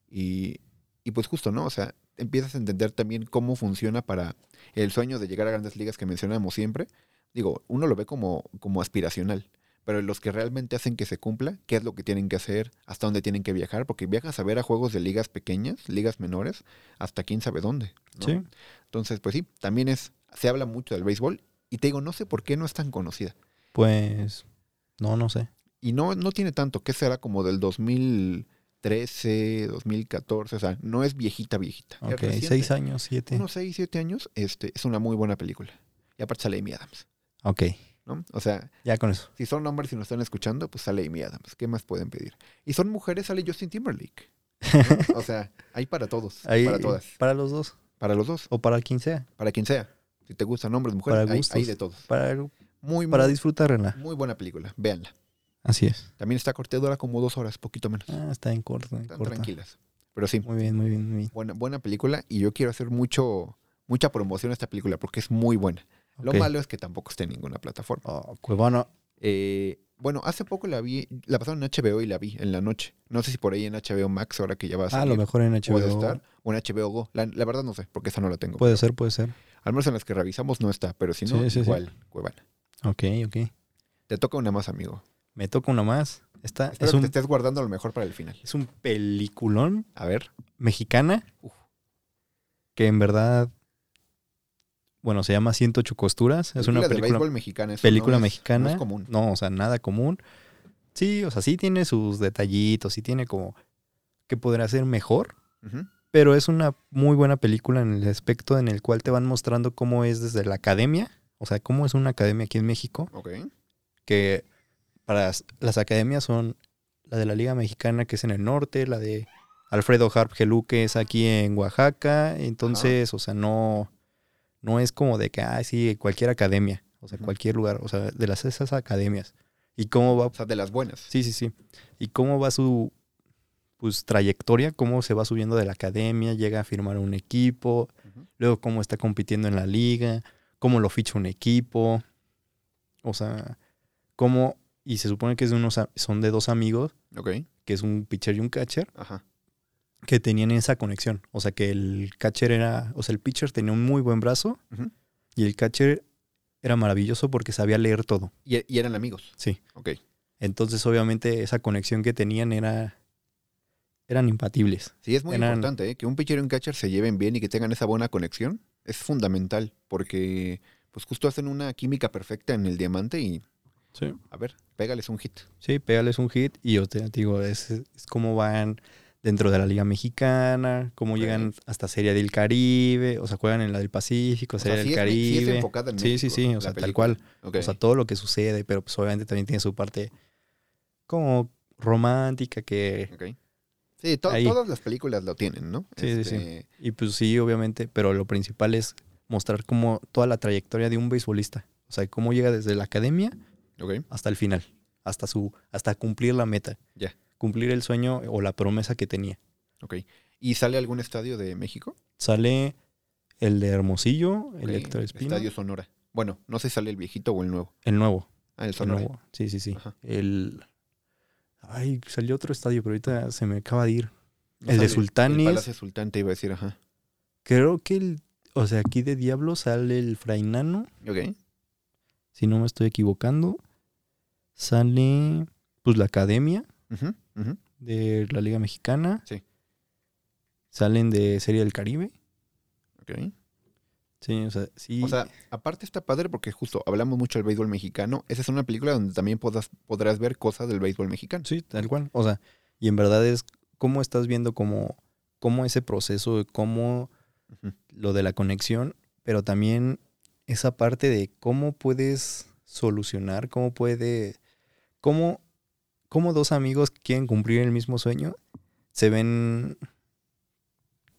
Speaker 3: y, y pues justo, ¿no? O sea, empiezas a entender también cómo funciona para el sueño de llegar a grandes ligas que mencionamos siempre. Digo, uno lo ve como, como aspiracional, pero los que realmente hacen que se cumpla, qué es lo que tienen que hacer, hasta dónde tienen que viajar, porque viajas a ver a juegos de ligas pequeñas, ligas menores, hasta quién sabe dónde. ¿no?
Speaker 2: Sí.
Speaker 3: Entonces, pues sí, también es, se habla mucho del béisbol y te digo, no sé por qué no es tan conocida.
Speaker 2: Pues. No, no sé.
Speaker 3: Y no, no tiene tanto, que será como del 2013, 2014, o sea, no es viejita, viejita. es
Speaker 2: Ok,
Speaker 3: reciente.
Speaker 2: seis años, siete.
Speaker 3: Unos 6, 7 años, este, es una muy buena película. Y aparte sale Amy Adams,
Speaker 2: Ok,
Speaker 3: ¿no? O sea,
Speaker 2: ya con eso.
Speaker 3: si son hombres y nos están escuchando, pues sale Amy Adams. ¿Qué más pueden pedir? Y son mujeres, sale Justin Timberlake. ¿no? O sea, hay para todos,
Speaker 2: Ahí-
Speaker 3: para todas,
Speaker 2: Para los dos.
Speaker 3: para los dos,
Speaker 2: O para quien sea.
Speaker 3: para quien sea. Si te gustan hombres, mujeres,
Speaker 2: Para
Speaker 3: hay,
Speaker 2: gustos.
Speaker 3: hay de todos.
Speaker 2: Para,
Speaker 3: Muy,
Speaker 2: para
Speaker 3: muy,
Speaker 2: disfrutarla.
Speaker 3: muy buena película, véanla.
Speaker 2: Así es.
Speaker 3: También está corta, dura como dos horas, poquito menos.
Speaker 2: Ah, está en corto. En
Speaker 3: Están
Speaker 2: corta.
Speaker 3: tranquilas. Pero sí,
Speaker 2: Muy bien, muy bien, muy bien.
Speaker 3: buena, buena película y yo quiero hacer mucho, mucha promoción a esta película porque es muy buena. Lo
Speaker 2: Ok.
Speaker 3: malo es que tampoco está en ninguna plataforma.
Speaker 2: Oh, Cuevana.
Speaker 3: Eh, bueno, hace poco la vi, la pasaron en HBO y la vi en la noche. No sé si por ahí en HBO Max, ahora que ya va
Speaker 2: Ah,
Speaker 3: a
Speaker 2: a
Speaker 3: salir,
Speaker 2: lo mejor en HBO.
Speaker 3: puede estar. O en HBO Go. La, la verdad no sé, porque esa no la tengo.
Speaker 2: Puede ser, puede ser.
Speaker 3: Al menos en las que revisamos no está, pero si no,
Speaker 2: Sí, sí, sí.
Speaker 3: igual, Cuevana.
Speaker 2: Ok, ok.
Speaker 3: Te toca una más, amigo.
Speaker 2: Me toca una más. Esta
Speaker 3: Espero
Speaker 2: es
Speaker 3: que
Speaker 2: un,
Speaker 3: te estés guardando lo mejor para el final.
Speaker 2: es un peliculón
Speaker 3: este A ver,
Speaker 2: mexicana
Speaker 3: Uf.
Speaker 2: que en verdad, bueno, se llama 108 costuras. Es una
Speaker 3: películas de
Speaker 2: película,
Speaker 3: béisbol mexicana. eso
Speaker 2: película
Speaker 3: no es-
Speaker 2: mexicana.
Speaker 3: No es común.
Speaker 2: No, o sea, nada común. Sí, o sea, sí tiene sus detallitos, sí tiene como que podrá ser mejor,
Speaker 3: Ujú.
Speaker 2: pero es una muy buena película en el aspecto en el cual te van mostrando cómo es desde la academia, o sea, cómo es una academia aquí en México,
Speaker 3: Ok.
Speaker 2: que para las, las academias son la de la Liga Mexicana que es en el norte, la de Alfredo Harp Gelú que es aquí en Oaxaca, entonces, o sea, no, no es como de que, ah, sí, cualquier academia, o sea,
Speaker 3: Ujú.
Speaker 2: cualquier lugar, o sea, de las esas academias. Y cómo va
Speaker 3: O sea, de las buenas.
Speaker 2: Sí, sí, sí. ¿Y cómo va su pues, trayectoria? ¿Cómo se va subiendo de la academia? Llega a firmar un equipo. Luego, cómo está compitiendo en la liga. Cómo lo ficha un equipo. O sea, cómo. Y se supone que es de unos, a- son de dos amigos,
Speaker 3: Ok.
Speaker 2: que es un pitcher y un catcher,
Speaker 3: Ajá.
Speaker 2: que tenían esa conexión. O sea, que el catcher era. O sea, el pitcher tenía un muy buen brazo.
Speaker 3: Ujú.
Speaker 2: Y el catcher era maravilloso porque sabía leer todo.
Speaker 3: Y, y eran amigos.
Speaker 2: Sí.
Speaker 3: Ok.
Speaker 2: Entonces, obviamente, esa conexión que tenían era. eran impatibles.
Speaker 3: Sí, es muy
Speaker 2: Eran-
Speaker 3: importante ¿eh? que un pitcher y un catcher se lleven bien y que tengan esa buena conexión. Es fundamental porque pues justo hacen una química perfecta en el diamante y
Speaker 2: Sí.
Speaker 3: a ver, pégales un hit.
Speaker 2: Sí, pégales un hit y yo te te digo, es, es como van dentro de la Liga Mexicana, cómo
Speaker 3: Ok.
Speaker 2: llegan hasta Serie del Caribe, o sea, juegan en la del Pacífico,
Speaker 3: O
Speaker 2: Serie
Speaker 3: sea, sí
Speaker 2: del
Speaker 3: es me- sí es
Speaker 2: Caribe.
Speaker 3: enfocada en
Speaker 2: sí, sí,
Speaker 3: México,
Speaker 2: sí, o
Speaker 3: la
Speaker 2: sea, tal
Speaker 3: película.
Speaker 2: cual.
Speaker 3: Ok.
Speaker 2: O sea, todo lo que sucede, pero pues obviamente también tiene su parte como romántica que...
Speaker 3: Ok. Sí, to-
Speaker 2: Ahí.
Speaker 3: todas las películas lo tienen, ¿no?
Speaker 2: Sí, sí, sí.
Speaker 3: Este,
Speaker 2: Y pues sí, obviamente, pero lo principal es mostrar como toda la trayectoria de un beisbolista. O sea, cómo llega desde la academia
Speaker 3: Ok.
Speaker 2: hasta el final, hasta su, hasta cumplir la meta.
Speaker 3: Ya.
Speaker 2: Cumplir el sueño o la promesa que tenía.
Speaker 3: Ok. ¿Y sale algún estadio de México?
Speaker 2: Sale el de Hermosillo, el
Speaker 3: Ok,
Speaker 2: Héctor Espino,
Speaker 3: Estadio Sonora. Bueno, no sé si sale el viejito o el nuevo.
Speaker 2: el nuevo,
Speaker 3: Ah, el
Speaker 2: el
Speaker 3: Sonora.
Speaker 2: nuevo. Sí, sí, sí.
Speaker 3: Ajá.
Speaker 2: El Ay, salió otro estadio, pero ahorita se me acaba de ir.
Speaker 3: No
Speaker 2: el
Speaker 3: sale
Speaker 2: de Sultanes,
Speaker 3: El Palacio Sultán te iba a decir, ajá.
Speaker 2: creo que el o sea, aquí de Diablo sale el Frainano,
Speaker 3: Ok.
Speaker 2: si no me estoy equivocando. Sale pues la Academia
Speaker 3: Ujú, ujú.
Speaker 2: de la Liga Mexicana.
Speaker 3: Sí.
Speaker 2: Salen de Serie del Caribe.
Speaker 3: Ok.
Speaker 2: Sí, o sea, sí.
Speaker 3: O sea, aparte está padre porque justo hablamos mucho del béisbol mexicano. Esa es una película donde también podrás, podrás ver cosas del béisbol mexicano.
Speaker 2: Sí, tal cual. O sea, y en verdad es cómo estás viendo como cómo ese proceso, cómo
Speaker 3: Ujú.
Speaker 2: lo de la conexión, pero también esa parte de cómo puedes solucionar, cómo puede, cómo, cómo dos amigos que quieren cumplir el mismo sueño se ven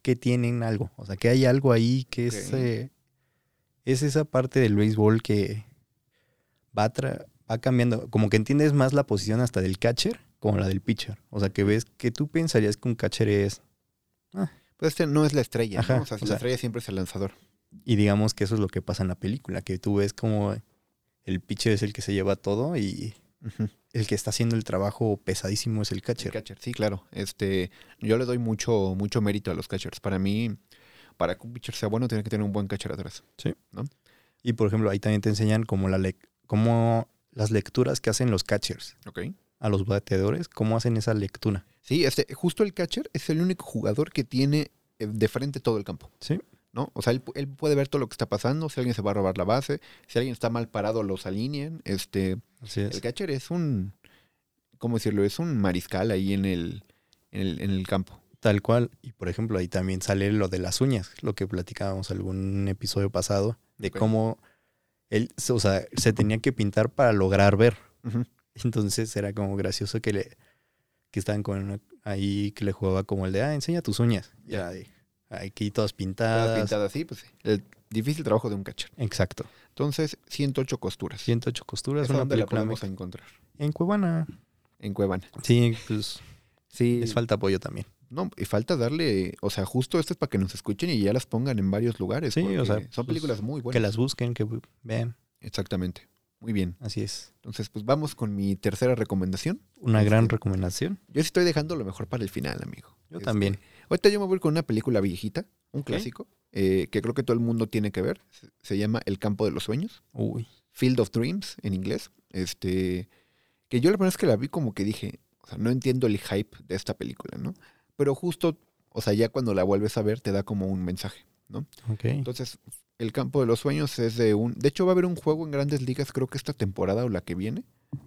Speaker 2: que tienen algo, o sea, que hay algo ahí que es,
Speaker 3: Ok.
Speaker 2: eh, es esa parte del béisbol que va, tra- va cambiando, como que entiendes más la posición hasta del catcher como la del pitcher, o sea, que ves que tú pensarías que un catcher es
Speaker 3: Pues este no es la estrella,
Speaker 2: Ajá,
Speaker 3: ¿no? O sea,
Speaker 2: o
Speaker 3: la
Speaker 2: sea-
Speaker 3: estrella siempre es el lanzador.
Speaker 2: Y digamos que eso es lo que pasa en la película, que tú ves como el pitcher es el que se lleva todo y
Speaker 3: Ujú.
Speaker 2: el que está haciendo el trabajo pesadísimo es el
Speaker 3: El
Speaker 2: catcher.
Speaker 3: catcher, sí, claro. Este, yo le doy mucho, mucho mérito a los catchers. Para mí, para que un pitcher sea bueno, tiene que tener un buen catcher atrás.
Speaker 2: Y por ejemplo, ahí también te enseñan como, la lec- como las lecturas que hacen los catchers
Speaker 3: Ok.
Speaker 2: a los bateadores, cómo hacen esa lectura.
Speaker 3: Sí, este, justo el catcher es el único jugador que tiene eh, de frente todo el campo.
Speaker 2: Sí.
Speaker 3: ¿No? O sea, él, pu- él puede ver todo lo que está pasando, si alguien se va a robar la base, si alguien está mal parado, los alinean. Este,
Speaker 2: Así
Speaker 3: El
Speaker 2: es.
Speaker 3: catcher es un, ¿cómo decirlo? Es un mariscal ahí en el, en el, en el campo.
Speaker 2: Tal cual. Y por ejemplo, ahí también sale lo de las uñas, lo que platicábamos algún episodio pasado, de
Speaker 3: Ok.
Speaker 2: cómo él, o sea, se tenía que pintar para lograr ver.
Speaker 3: Ujú.
Speaker 2: Entonces era como gracioso que le que estaban con una- ahí que le jugaba como el de, ah, enseña tus uñas. Y era de, aquí todas pintadas.
Speaker 3: Todas pintadas así, pues sí. El difícil trabajo de un catcher.
Speaker 2: Exacto.
Speaker 3: Entonces, 108 costuras.
Speaker 2: 108 costuras,
Speaker 3: ¿Esa
Speaker 2: una
Speaker 3: dónde la
Speaker 2: película
Speaker 3: podemos
Speaker 2: mex-
Speaker 3: encontrar?
Speaker 2: en Cuevana.
Speaker 3: En Cuevana.
Speaker 2: Sí, pues
Speaker 3: Sí.
Speaker 2: les falta apoyo también.
Speaker 3: no, y falta darle, o sea, justo esto es para que nos escuchen y ya las pongan en varios lugares.
Speaker 2: Sí, o
Speaker 3: porque
Speaker 2: sea,
Speaker 3: son
Speaker 2: pues,
Speaker 3: películas muy buenas.
Speaker 2: Que las busquen, que bu- vean.
Speaker 3: Exactamente. Muy bien.
Speaker 2: Así es.
Speaker 3: Entonces, pues vamos con mi tercera recomendación.
Speaker 2: Una gran
Speaker 3: Este,
Speaker 2: recomendación.
Speaker 3: Yo sí estoy dejando lo mejor para el final, amigo.
Speaker 2: Yo
Speaker 3: Este,
Speaker 2: también.
Speaker 3: Ahorita yo me voy con una película viejita, un clásico, eh, que creo que todo el mundo tiene que ver. Se, se llama El campo de los sueños,
Speaker 2: Uy.
Speaker 3: Field of Dreams en inglés. Este, que yo la primera vez que la vi como que dije, o sea, no entiendo el hype de esta película, ¿no? Pero justo, o sea, ya cuando la vuelves a ver te da como un mensaje. ¿no?
Speaker 2: Ok.
Speaker 3: Entonces, el campo de los sueños es de un... De hecho, va a haber un juego en Grandes Ligas, creo que esta temporada o la que viene,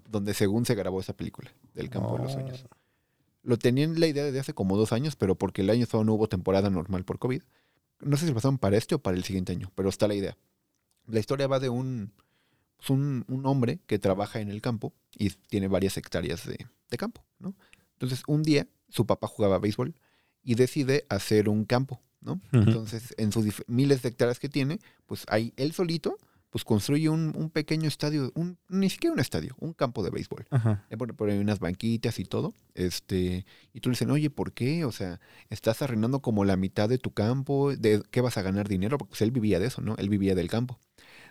Speaker 3: donde según se grabó esa película, del campo de los sueños. Lo tenían la idea desde hace como dos años, pero porque el año pasado no hubo temporada normal por COVID. No sé si lo pasaron para este o para el siguiente año, pero está la idea. La historia va de un, pues, un, un hombre que trabaja en el campo y tiene varias hectáreas de, de campo, ¿no? Entonces, un día su papá jugaba béisbol y decide hacer un campo, ¿no? Entonces, en sus dif- miles de hectáreas que tiene, pues ahí él solito, pues construye un, un pequeño estadio, un, ni siquiera un estadio, un campo de béisbol.
Speaker 2: Ajá.
Speaker 3: Eh, Por, por ahí unas banquitas y todo. Este, y tú le dicen, oye, ¿por qué? O sea, estás arruinando como la mitad de tu campo, ¿de qué vas a ganar dinero? Porque pues, él vivía de eso, ¿no? Él vivía del campo.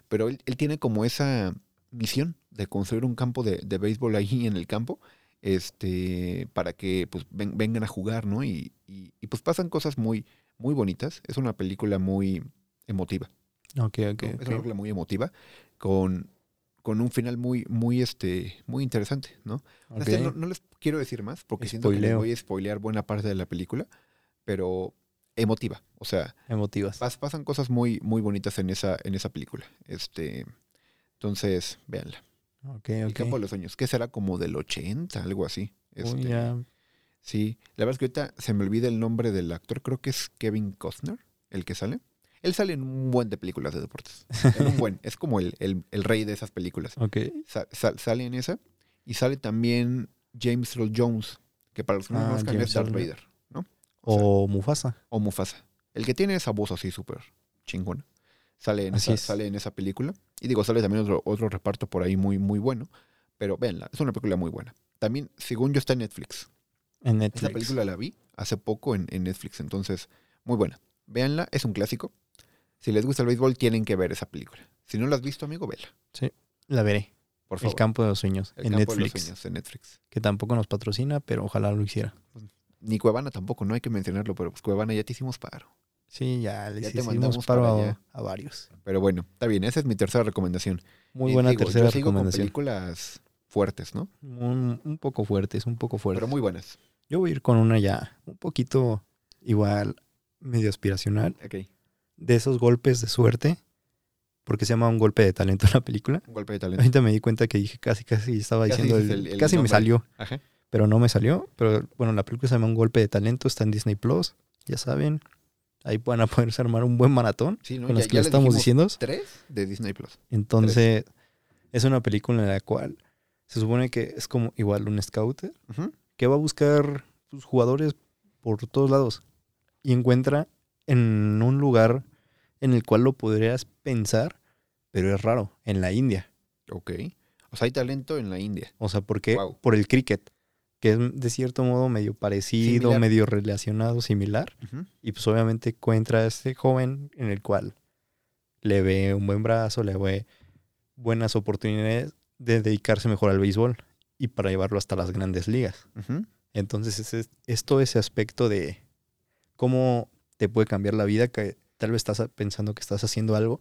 Speaker 3: Pero él, él tiene como esa misión de construir un campo de, de béisbol ahí en el campo, este, para que pues ven- vengan a jugar, ¿no? Y, y- y, pues pasan cosas muy, muy bonitas. Es una película muy emotiva.
Speaker 2: Ok, ok.
Speaker 3: ¿no? Es
Speaker 2: ok.
Speaker 3: una película muy emotiva, con, con un final muy, muy, este, muy interesante, ¿no? O sea,
Speaker 2: Ok.
Speaker 3: no, no les quiero decir más porque siento que les
Speaker 2: Spoileo.
Speaker 3: voy a spoilear buena parte de la película, pero emotiva. O sea,
Speaker 2: Emotivas.
Speaker 3: pas- pasan cosas muy, muy bonitas en esa, en esa película. Este, entonces, véanla.
Speaker 2: Ok,
Speaker 3: El
Speaker 2: ok.
Speaker 3: campo de los sueños, que será como del 80, algo así.
Speaker 2: Uy,
Speaker 3: Este,
Speaker 2: ya.
Speaker 3: Sí, la verdad es que ahorita se me olvida el nombre del actor, creo que es Kevin Costner, el que sale. Él sale en un buen de películas de deportes. En un buen, es como el, el- el rey de esas películas.
Speaker 2: Ok.
Speaker 3: Sa- sal- sale en esa y sale también James Earl Jones, que para los que no
Speaker 2: Ah,
Speaker 3: lo conozcan es
Speaker 2: James
Speaker 3: Darth
Speaker 2: Earl.
Speaker 3: Vader, ¿no? O, sea,
Speaker 2: O Mufasa.
Speaker 3: o Mufasa. El que tiene esa voz así súper chingona. Sale en,
Speaker 2: Así
Speaker 3: esa,
Speaker 2: es.
Speaker 3: sale en esa película. Y digo, sale también otro, otro reparto por ahí muy, muy bueno. Pero véanla, es una película muy buena. También, según yo, está en Netflix.
Speaker 2: En
Speaker 3: Esa
Speaker 2: Netflix.
Speaker 3: película la vi hace poco en, en Netflix, entonces, muy buena. Véanla, es un clásico. Si les gusta el béisbol, tienen que ver esa película. Si no la has visto, amigo, vela,
Speaker 2: La veré.
Speaker 3: por favor.
Speaker 2: El campo de los sueños.
Speaker 3: El
Speaker 2: en
Speaker 3: campo de los
Speaker 2: Netflix.
Speaker 3: sueños, en Netflix.
Speaker 2: Que tampoco nos patrocina, pero ojalá lo hiciera.
Speaker 3: Ni Cuevana tampoco, no hay que mencionarlo, pero pues Cuevana ya te hicimos paro.
Speaker 2: Sí, ya les
Speaker 3: Ya te
Speaker 2: hicimos
Speaker 3: mandamos
Speaker 2: paro
Speaker 3: para
Speaker 2: a,
Speaker 3: allá.
Speaker 2: a varios.
Speaker 3: Pero bueno, está bien, esa es mi tercera recomendación.
Speaker 2: Muy
Speaker 3: Y
Speaker 2: buena
Speaker 3: digo,
Speaker 2: tercera
Speaker 3: yo sigo
Speaker 2: recomendación.
Speaker 3: con películas fuertes, ¿no?
Speaker 2: Un, un poco fuerte, es un poco fuerte.
Speaker 3: Pero muy buenas.
Speaker 2: Yo voy a ir con una ya un poquito igual, medio aspiracional,
Speaker 3: Ok,
Speaker 2: de esos golpes de suerte, porque se llama un golpe de talento la película.
Speaker 3: un golpe de talento.
Speaker 2: Ahorita me di cuenta que dije casi, casi estaba
Speaker 3: Casi
Speaker 2: diciendo,
Speaker 3: dices
Speaker 2: el-
Speaker 3: el- el
Speaker 2: casi me
Speaker 3: nombre.
Speaker 2: salió,
Speaker 3: Ajá.
Speaker 2: pero no me salió. Pero bueno, la película se llama Un golpe de talento, está en Disney Plus, ya saben. Ahí van a poderse armar un buen maratón
Speaker 3: Sí, ¿no?
Speaker 2: con
Speaker 3: Ya-
Speaker 2: las que le
Speaker 3: ya les
Speaker 2: estamos
Speaker 3: dijimos
Speaker 2: diciendo.
Speaker 3: Tres de Disney Plus.
Speaker 2: Entonces, es una película en la cual se supone que es como igual un scouter
Speaker 3: Ujú.
Speaker 2: que va a buscar sus jugadores por todos lados y encuentra en un lugar en el cual lo podrías pensar, pero es raro, en la India.
Speaker 3: Ok. O sea, hay talento en la India.
Speaker 2: O sea, porque
Speaker 3: Guau.
Speaker 2: por el cricket, que es de cierto modo medio parecido,
Speaker 3: Similar.
Speaker 2: medio relacionado, similar.
Speaker 3: Ujú.
Speaker 2: Y pues obviamente encuentra a este joven en el cual le ve un buen brazo, le ve buenas oportunidades de dedicarse mejor al béisbol y para llevarlo hasta las grandes ligas.
Speaker 3: Ujú.
Speaker 2: Entonces es, es- es todo ese aspecto de cómo te puede cambiar la vida, que tal vez estás pensando que estás haciendo algo,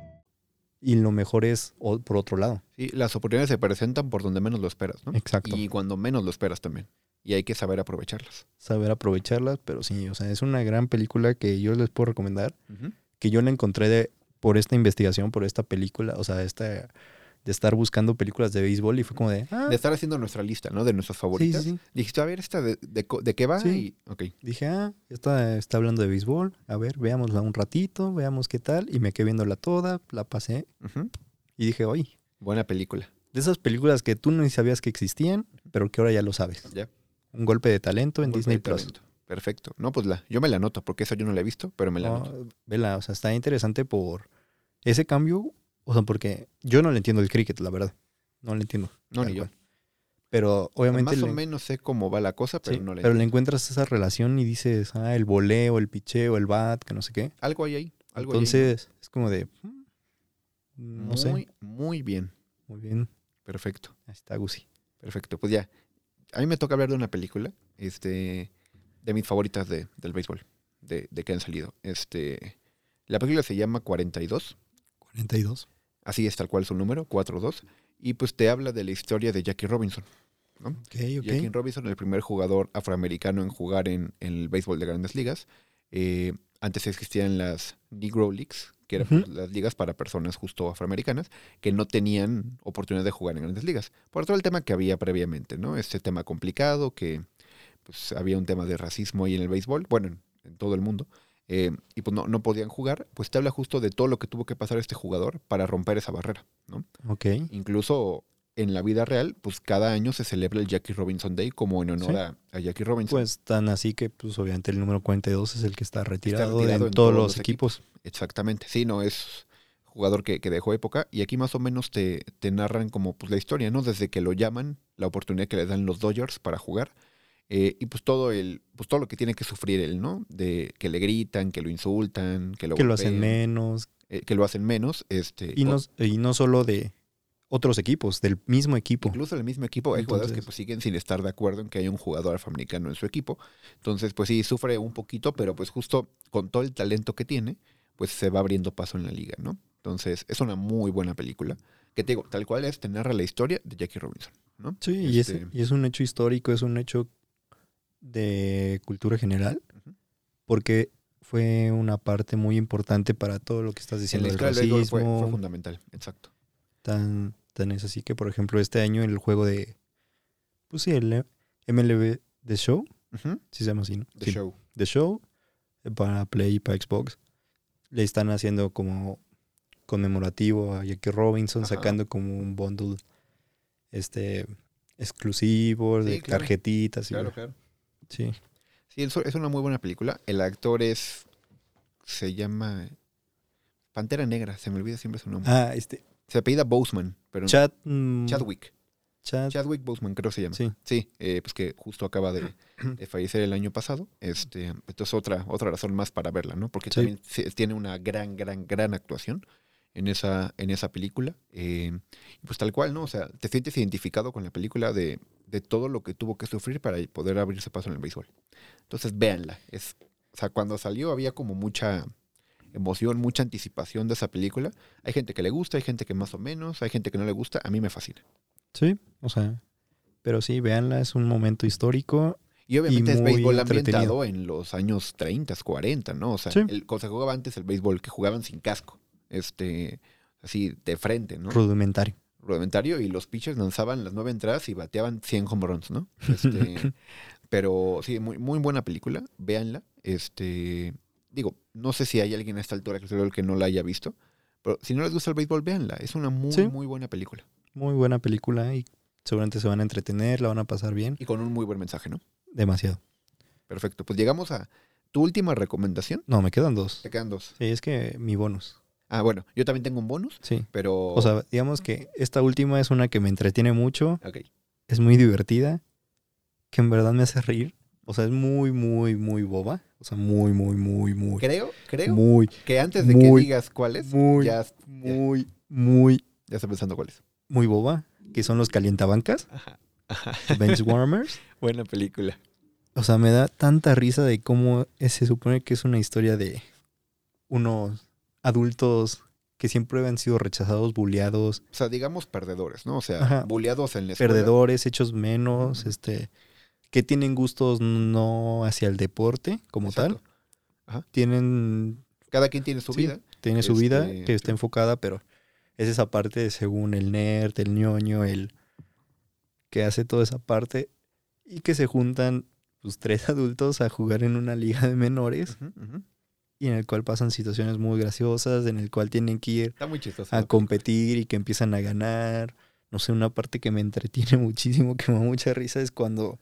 Speaker 2: y lo mejor es o- por otro lado.
Speaker 3: Sí, las oportunidades se presentan por donde menos lo esperas, ¿no?
Speaker 2: Exacto.
Speaker 3: Y cuando menos lo esperas también. Y hay que saber aprovecharlas.
Speaker 2: Saber aprovecharlas, pero sí, o sea, es una gran película que yo les puedo recomendar.
Speaker 3: Ujú.
Speaker 2: que yo la encontré de- por esta investigación, por esta película, o sea, esta de estar buscando películas de béisbol y fue como de, ah,
Speaker 3: De estar haciendo nuestra lista, ¿no? De nuestros favoritas.
Speaker 2: sí.
Speaker 3: Dijiste, a ver, esta de, de co- de qué va
Speaker 2: Sí.
Speaker 3: y. Ok.
Speaker 2: dije, ah, esta está hablando de béisbol, a ver, veámosla un ratito, veamos qué tal, y me quedé viéndola toda, la pasé
Speaker 3: Ujú.
Speaker 2: y dije, oye,
Speaker 3: Buena película.
Speaker 2: de esas películas que tú no sabías que existían, pero que ahora ya lo sabes.
Speaker 3: Ya.
Speaker 2: Un golpe de talento en
Speaker 3: Golpe
Speaker 2: Disney
Speaker 3: de
Speaker 2: Plus.
Speaker 3: talento. Perfecto. No, pues la, yo me la anoto, porque esa yo no la he visto, pero me la anoto.
Speaker 2: No, vela, o sea, está interesante por ese cambio, o sea, porque yo no le entiendo el cricket, la verdad. No le entiendo.
Speaker 3: No,
Speaker 2: tal
Speaker 3: ni yo.
Speaker 2: cual. Pero obviamente
Speaker 3: Más o
Speaker 2: le-
Speaker 3: menos sé cómo va la cosa, pero
Speaker 2: sí,
Speaker 3: no la
Speaker 2: pero le
Speaker 3: entiendo.
Speaker 2: encuentras esa relación y dices, ah, el voleo, el picheo, el bat, que no sé qué.
Speaker 3: Algo hay ahí. Algo hay ahí.
Speaker 2: Entonces, es como de, mm, no
Speaker 3: Muy,
Speaker 2: sé,
Speaker 3: muy bien.
Speaker 2: muy bien,
Speaker 3: Perfecto.
Speaker 2: ahí está Gusi.
Speaker 3: Perfecto. Pues ya. A mí me toca hablar de una película, este, de mis favoritas de, del béisbol, de, de que han salido. Este, la película se llama 42.
Speaker 2: 42.
Speaker 3: Así es tal cual su número, 42. Y pues te habla de la historia de Jackie Robinson.
Speaker 2: Ok,
Speaker 3: Jackie
Speaker 2: ok.
Speaker 3: Robinson, el primer jugador afroamericano en jugar en, en el béisbol de grandes ligas. Eh, antes existían las Negro Leagues, que eran pues,
Speaker 2: Ujú.
Speaker 3: las ligas para personas justo afroamericanas que no tenían oportunidad de jugar en grandes ligas. Por todo el tema que había previamente, ¿no? Este tema complicado, que pues, había un tema de racismo ahí en el béisbol, bueno, en, en todo el mundo. eh, y pues no, no podían jugar, pues te habla justo de todo lo que tuvo que pasar este jugador para romper esa barrera, ¿no?
Speaker 2: Ok,
Speaker 3: incluso en la vida real, pues cada año se celebra el Jackie Robinson Day como en honor
Speaker 2: Sí.
Speaker 3: a, a Jackie Robinson.
Speaker 2: pues tan así que, pues obviamente el número 42 es el que está retirado,
Speaker 3: retirado
Speaker 2: de
Speaker 3: en
Speaker 2: todos los equipos.
Speaker 3: Exactamente. Sí, no, es jugador que, que dejó época. Y aquí más o menos te, te narran como pues, la historia, ¿no? Desde que lo llaman, la oportunidad que le dan los Dodgers para jugar. eh, y pues todo el, pues todo lo que tiene que sufrir él, ¿no? De que le gritan, que lo insultan, que lo,
Speaker 2: que lo hacen
Speaker 3: golpean,
Speaker 2: menos,
Speaker 3: eh, que lo hacen menos. Este,
Speaker 2: Y
Speaker 3: o-
Speaker 2: no, y no solo de otros equipos, del mismo equipo.
Speaker 3: Incluso en el mismo equipo hay jugadores que
Speaker 2: Entonces-
Speaker 3: pues, siguen sin estar de acuerdo en que haya un jugador afroamericano en su equipo. Entonces, pues sí, sufre un poquito, pero pues justo con todo el talento que tiene, pues se va abriendo paso en la liga, ¿no? Entonces, es una muy buena película. Que te digo, tal cual es, te narra la historia de Jackie Robinson, ¿no?
Speaker 2: Sí, y, es,
Speaker 3: Este,
Speaker 2: y es un hecho histórico, es un hecho de cultura general,
Speaker 3: Ujú.
Speaker 2: porque fue una parte muy importante para todo lo que estás
Speaker 3: en
Speaker 2: diciendo del
Speaker 3: la historia del béisbol fue, fue
Speaker 2: racismo.
Speaker 3: fundamental, exacto.
Speaker 2: tan, tan es así que, por ejemplo, este año el juego de. Pues sí, el MLB The Show,
Speaker 3: Ujú,
Speaker 2: si se llama así, ¿no?
Speaker 3: The
Speaker 2: Sí,
Speaker 3: Show.
Speaker 2: The Show eh, para Play y para Xbox. Le están haciendo como conmemorativo a Jackie Robinson,
Speaker 3: Ajá.
Speaker 2: sacando como un bundle este exclusivo de
Speaker 3: Sí, claro.
Speaker 2: tarjetitas. y
Speaker 3: Claro,
Speaker 2: bla.
Speaker 3: claro.
Speaker 2: Sí.
Speaker 3: Sí, es es una muy buena película. El actor es. Se llama. Pantera Negra, se me olvida siempre su nombre.
Speaker 2: Ah, este.
Speaker 3: Se apellida Boseman, pero.
Speaker 2: Chad. mm,
Speaker 3: Chadwick.
Speaker 2: Chad-
Speaker 3: Chadwick Boseman, creo se llama. Sí,
Speaker 2: Sí.
Speaker 3: eh, pues que justo acaba de, de fallecer el año pasado. Este, entonces otra, otra razón más para verla, ¿no? Porque
Speaker 2: Sí.
Speaker 3: también se- tiene una gran, gran, gran actuación en esa, en esa película. Eh, pues tal cual, ¿no? O sea, te sientes identificado con la película de, de todo lo que tuvo que sufrir para poder abrirse paso en el béisbol. Entonces, véanla. Es, o sea, cuando salió había como mucha emoción, mucha anticipación de esa película. Hay gente que le gusta, hay gente que más o menos, hay gente que no le gusta. A mí me fascina.
Speaker 2: Sí, o sea. Pero sí, véanla, es un momento histórico.
Speaker 3: Y obviamente
Speaker 2: y
Speaker 3: es
Speaker 2: muy
Speaker 3: béisbol
Speaker 2: entretenido.
Speaker 3: ambientado en los años 30, 40, ¿no? O sea,
Speaker 2: Sí.
Speaker 3: el, cuando se jugaba antes el béisbol, que jugaban sin casco, este, así de frente, ¿no?
Speaker 2: Rudimentario.
Speaker 3: Rudimentario, y los pitchers lanzaban las nueve entradas y bateaban 100 home runs, ¿no? Este, pero sí, muy, muy buena película, véanla. Este, digo, no sé si hay alguien a esta altura que creo que no la haya visto, pero si no les gusta el béisbol, véanla. Es una muy,
Speaker 2: Sí.
Speaker 3: muy buena película.
Speaker 2: Muy buena película y seguramente se van a entretener, la van a pasar bien.
Speaker 3: Y con un muy buen mensaje, ¿no?
Speaker 2: Demasiado.
Speaker 3: Perfecto. Pues llegamos a tu última recomendación.
Speaker 2: No, me quedan dos.
Speaker 3: Te quedan dos.
Speaker 2: Sí, es que mi bonus.
Speaker 3: Ah, bueno, yo también tengo un bonus,
Speaker 2: Sí.
Speaker 3: pero.
Speaker 2: O sea, digamos que esta última es una que me entretiene mucho,
Speaker 3: Ok.
Speaker 2: es muy divertida, que en verdad me hace reír. O sea, es muy, muy, muy boba. O sea, muy, muy, muy, muy.
Speaker 3: Creo, creo
Speaker 2: Muy,
Speaker 3: que antes de que
Speaker 2: muy,
Speaker 3: digas cuál es,
Speaker 2: muy,
Speaker 3: ya, ya,
Speaker 2: muy, muy,
Speaker 3: ya estoy pensando cuál es.
Speaker 2: muy boba, que son los calientabancas, bench warmers.
Speaker 3: Buena película.
Speaker 2: O sea, me da tanta risa de cómo eh, se supone que es una historia de unos adultos que siempre han sido rechazados, bulleados,
Speaker 3: O sea, digamos perdedores, ¿no? O sea,
Speaker 2: Ajá.
Speaker 3: buleados en la escuela.
Speaker 2: perdedores, hechos menos, este, que tienen gustos no hacia el deporte como
Speaker 3: Exacto.
Speaker 2: tal. Tienen,
Speaker 3: Cada quien tiene su
Speaker 2: Sí.
Speaker 3: vida.
Speaker 2: tiene su vida
Speaker 3: Este,
Speaker 2: que está enfocada, pero Es esa parte según el nerd, el ñoño, el que hace toda esa parte y que se juntan pues, tres adultos a jugar en una liga de menores y en el cual pasan situaciones muy graciosas, en el cual tienen que ir
Speaker 3: Está muy chistoso.
Speaker 2: a competir y que empiezan a ganar. No sé, una parte que me entretiene muchísimo, que me da mucha risa, es cuando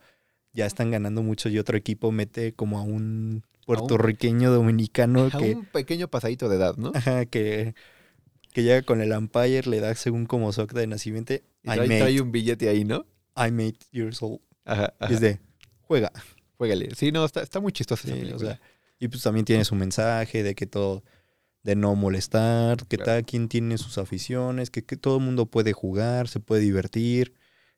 Speaker 2: ya están ganando mucho y otro equipo mete como a un puertorriqueño dominicano
Speaker 3: A
Speaker 2: que,
Speaker 3: un pequeño pasadito de edad, ¿no?
Speaker 2: ajá, que, que llega con el umpire, le da según como su acta de nacimiento,
Speaker 3: Y
Speaker 2: I
Speaker 3: trae,
Speaker 2: made,
Speaker 3: trae un billete ahí, ¿no?
Speaker 2: I made years old.
Speaker 3: Ajá.
Speaker 2: Y es
Speaker 3: ajá.
Speaker 2: de, juega.
Speaker 3: Juégale. Sí, no, está, está muy chistoso.
Speaker 2: Sí, o sea, y pues también tiene su mensaje de que todo, de no molestar, que
Speaker 3: Claro.
Speaker 2: cada quien tiene sus aficiones, que, que todo el mundo puede jugar, se puede divertir,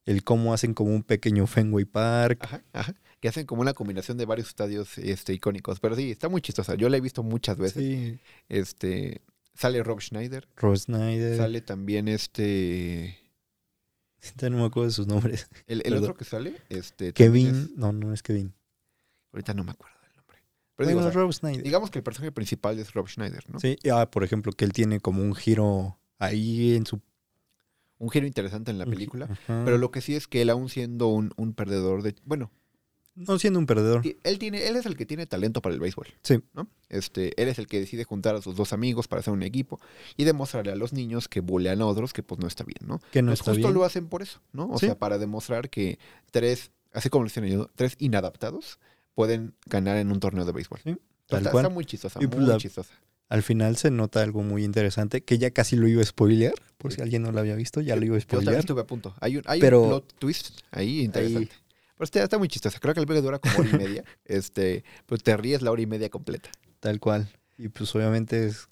Speaker 2: el cómo hacen como un pequeño Fenway Park.
Speaker 3: Ajá, ajá. Que hacen como una combinación de varios estadios este, icónicos. Pero sí, está muy chistosa. Yo la he visto muchas veces.
Speaker 2: Sí,
Speaker 3: Este, sale Rob Schneider.
Speaker 2: pues, Rob Snyder.
Speaker 3: Sale también este.
Speaker 2: ahorita No me acuerdo de sus nombres.
Speaker 3: El, el
Speaker 2: Perdón.
Speaker 3: otro que sale, este. también
Speaker 2: Kevin.
Speaker 3: es-
Speaker 2: No, no es Kevin.
Speaker 3: ahorita no me acuerdo del nombre.
Speaker 2: Bueno,
Speaker 3: Pero digo, o sea,
Speaker 2: Rob Snyder.
Speaker 3: digamos que el personaje principal es Rob Schneider, ¿no?
Speaker 2: Sí, y, ah, por ejemplo, que él tiene como un giro ahí en su.
Speaker 3: Un giro interesante en la película.
Speaker 2: Ajá.
Speaker 3: Pero lo que sí es que él, aún siendo un, un perdedor de. Bueno,
Speaker 2: No siendo un perdedor.
Speaker 3: ti- él tiene, él es el que tiene talento para el béisbol.
Speaker 2: Sí.
Speaker 3: ¿no? Este, él es el que decide juntar a sus dos amigos para hacer un equipo y demostrarle a los niños que bulean a otros que pues no está bien, ¿no?
Speaker 2: Que no
Speaker 3: Pues
Speaker 2: está
Speaker 3: justo
Speaker 2: bien.
Speaker 3: lo hacen por eso, ¿no? O
Speaker 2: Sí.
Speaker 3: sea, para demostrar que tres, así como lo dicen ellos, ¿no? tres inadaptados pueden ganar en un torneo de béisbol.
Speaker 2: Sí,
Speaker 3: Está,
Speaker 2: tal
Speaker 3: está
Speaker 2: cual.
Speaker 3: muy chistosa,
Speaker 2: Y,
Speaker 3: muy
Speaker 2: pues, la-
Speaker 3: chistosa.
Speaker 2: Al final se nota algo muy interesante que ya casi lo iba a spoilear. Por
Speaker 3: Sí.
Speaker 2: si alguien no lo había visto, ya lo iba a
Speaker 3: Yo también
Speaker 2: spoilear.
Speaker 3: estuve a punto. Hay un, hay
Speaker 2: Pero-
Speaker 3: un plot twist ahí interesante. Pero está, está muy chistosa. Creo que el video dura como hora y media. este, pero te ríes la hora y media completa.
Speaker 2: Tal cual. Y pues obviamente es,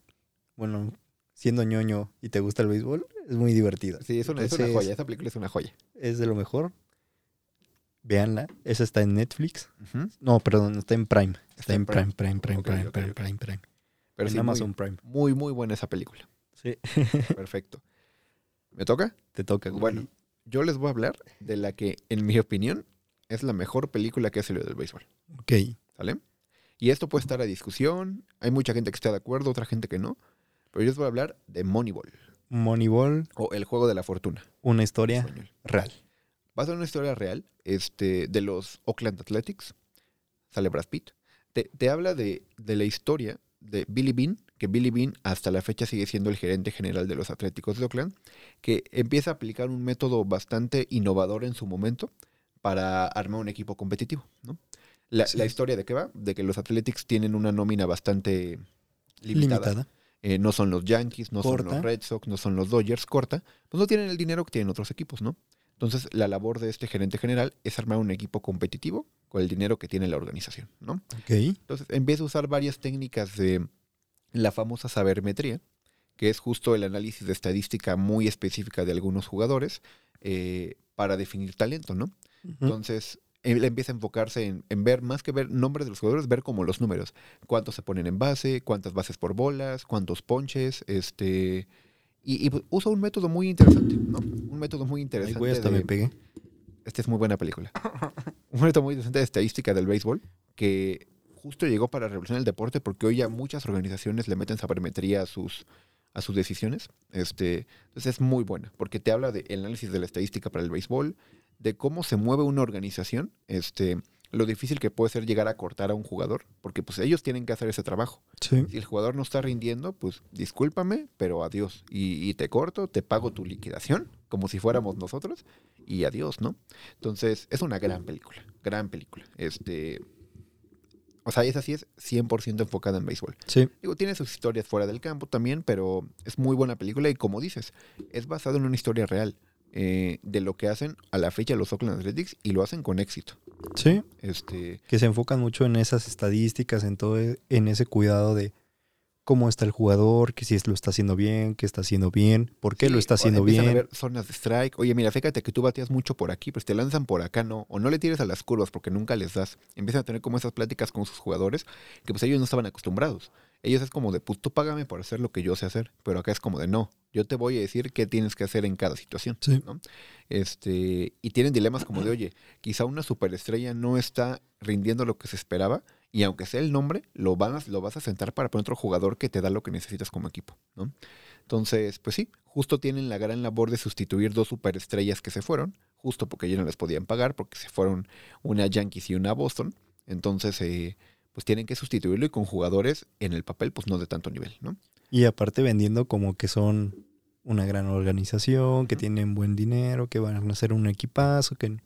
Speaker 2: bueno, siendo ñoño y te gusta el béisbol, es muy divertido.
Speaker 3: Sí, es una, es una
Speaker 2: Entonces,
Speaker 3: joya. Esa película es una joya.
Speaker 2: Es de lo mejor. Véanla. Esa está en Netflix. No, perdón, está en Prime. Está, en Prime, Prime, Prime,
Speaker 3: Ok,
Speaker 2: Prime,
Speaker 3: ok,
Speaker 2: Prime,
Speaker 3: ok.
Speaker 2: Prime, Prime.
Speaker 3: Pero
Speaker 2: en
Speaker 3: sí, muy-
Speaker 2: Amazon Prime.
Speaker 3: Muy, muy buena esa película.
Speaker 2: Sí.
Speaker 3: Perfecto. ¿Me toca?
Speaker 2: Te toca. güey.
Speaker 3: Bueno, yo les voy a hablar de la que, en mi opinión, es la mejor película que ha salido del béisbol.
Speaker 2: Ok.
Speaker 3: ¿Sale? Y esto puede estar a discusión. Hay mucha gente que está de acuerdo, otra gente que no. Pero yo les voy a hablar de Moneyball,
Speaker 2: Moneyball,
Speaker 3: o El Juego de la Fortuna.
Speaker 2: una
Speaker 3: en
Speaker 2: historia
Speaker 3: español.
Speaker 2: real.
Speaker 3: Va a ser una historia real este, de los Oakland Athletics. Sale Brad Pitt. Te, te habla de, de la historia de Billy Bean, que Billy Bean hasta la fecha sigue siendo el gerente general de los Atléticos de Oakland, que empieza a aplicar un método bastante innovador en su momento para armar un equipo competitivo. ¿no? La,
Speaker 2: Así
Speaker 3: la
Speaker 2: es.
Speaker 3: historia de qué va? De que los Athletics tienen una nómina bastante limitada.
Speaker 2: Limitada.
Speaker 3: Eh, no son los Yankees, no son
Speaker 2: Corta.
Speaker 3: los Red Sox, no son los Dodgers, corta, pues no tienen el dinero que tienen otros equipos, ¿no? Entonces, la labor de este gerente general es armar un equipo competitivo con el dinero que tiene la organización, ¿no?
Speaker 2: Ok.
Speaker 3: Entonces, empieza a usar varias técnicas de la famosa sabermetría, que es justo el análisis de estadística muy específica de algunos jugadores eh, para definir talento, ¿no?
Speaker 2: Ujú.
Speaker 3: Entonces, él empieza a enfocarse en, en ver, más que ver nombres de los jugadores, ver como los números. Cuántos se ponen en base, cuántas bases por bolas, cuántos ponches, este... Y, y usa un método muy interesante, ¿no? Un método muy
Speaker 2: Ay,
Speaker 3: interesante.
Speaker 2: güey, hasta
Speaker 3: de-
Speaker 2: me pegué.
Speaker 3: esta es muy buena película. Un reto muy interesante de estadística del béisbol que justo llegó para revolucionar el deporte porque hoy ya muchas organizaciones le meten sabermetría a sus, a sus decisiones. Este, entonces es muy buena porque te habla del análisis de la estadística para el béisbol, de cómo se mueve una organización, este, lo difícil que puede ser llegar a cortar a un jugador porque pues ellos tienen que hacer ese trabajo.
Speaker 2: Sí.
Speaker 3: Si el jugador no está rindiendo, pues discúlpame, pero adiós. Y, y te corto, te pago tu liquidación, como si fuéramos nosotros, y adiós, ¿no? Entonces, es una gran película, gran película. Este, o sea, esa sí es 100% enfocada en béisbol.
Speaker 2: Sí.
Speaker 3: Digo, tiene sus historias fuera del campo también, pero es muy buena película y como dices, es basado en una historia real eh, de lo que hacen a la fecha los Oakland Athletics y lo hacen con éxito.
Speaker 2: Sí.
Speaker 3: Este,
Speaker 2: que se enfocan mucho en esas estadísticas, en todo, e- en ese cuidado de cómo está el jugador, que si es- lo está haciendo bien, que está haciendo bien, por qué
Speaker 3: Sí,
Speaker 2: lo está
Speaker 3: o-
Speaker 2: haciendo
Speaker 3: empiezan
Speaker 2: bien.
Speaker 3: A ver zonas de strike. Oye, mira, fíjate que tú bateas mucho por aquí, pero si te lanzan por acá, no. O no le tires a las curvas porque nunca les das. Empiezan a tener como esas pláticas con sus jugadores que pues ellos no estaban acostumbrados. Ellos es como de, pues tú págame por hacer lo que yo sé hacer, pero acá es como de, no, yo te voy a decir qué tienes que hacer en cada situación.
Speaker 2: Sí.
Speaker 3: ¿no? Este, y tienen dilemas como de, oye, quizá una superestrella no está rindiendo lo que se esperaba y aunque sea el nombre, lo, van a- lo vas a sentar para poner otro jugador que te da lo que necesitas como equipo. ¿no? Entonces, pues sí, justo tienen la gran labor de sustituir dos superestrellas que se fueron, justo porque ya no les podían pagar, porque se fueron una Yankees y una Boston. Entonces, eh, pues tienen que sustituirlo y con jugadores en el papel, pues no de tanto nivel, ¿no?
Speaker 2: Y aparte vendiendo como que son una gran organización, que tienen buen dinero, que van a hacer un equipazo, que...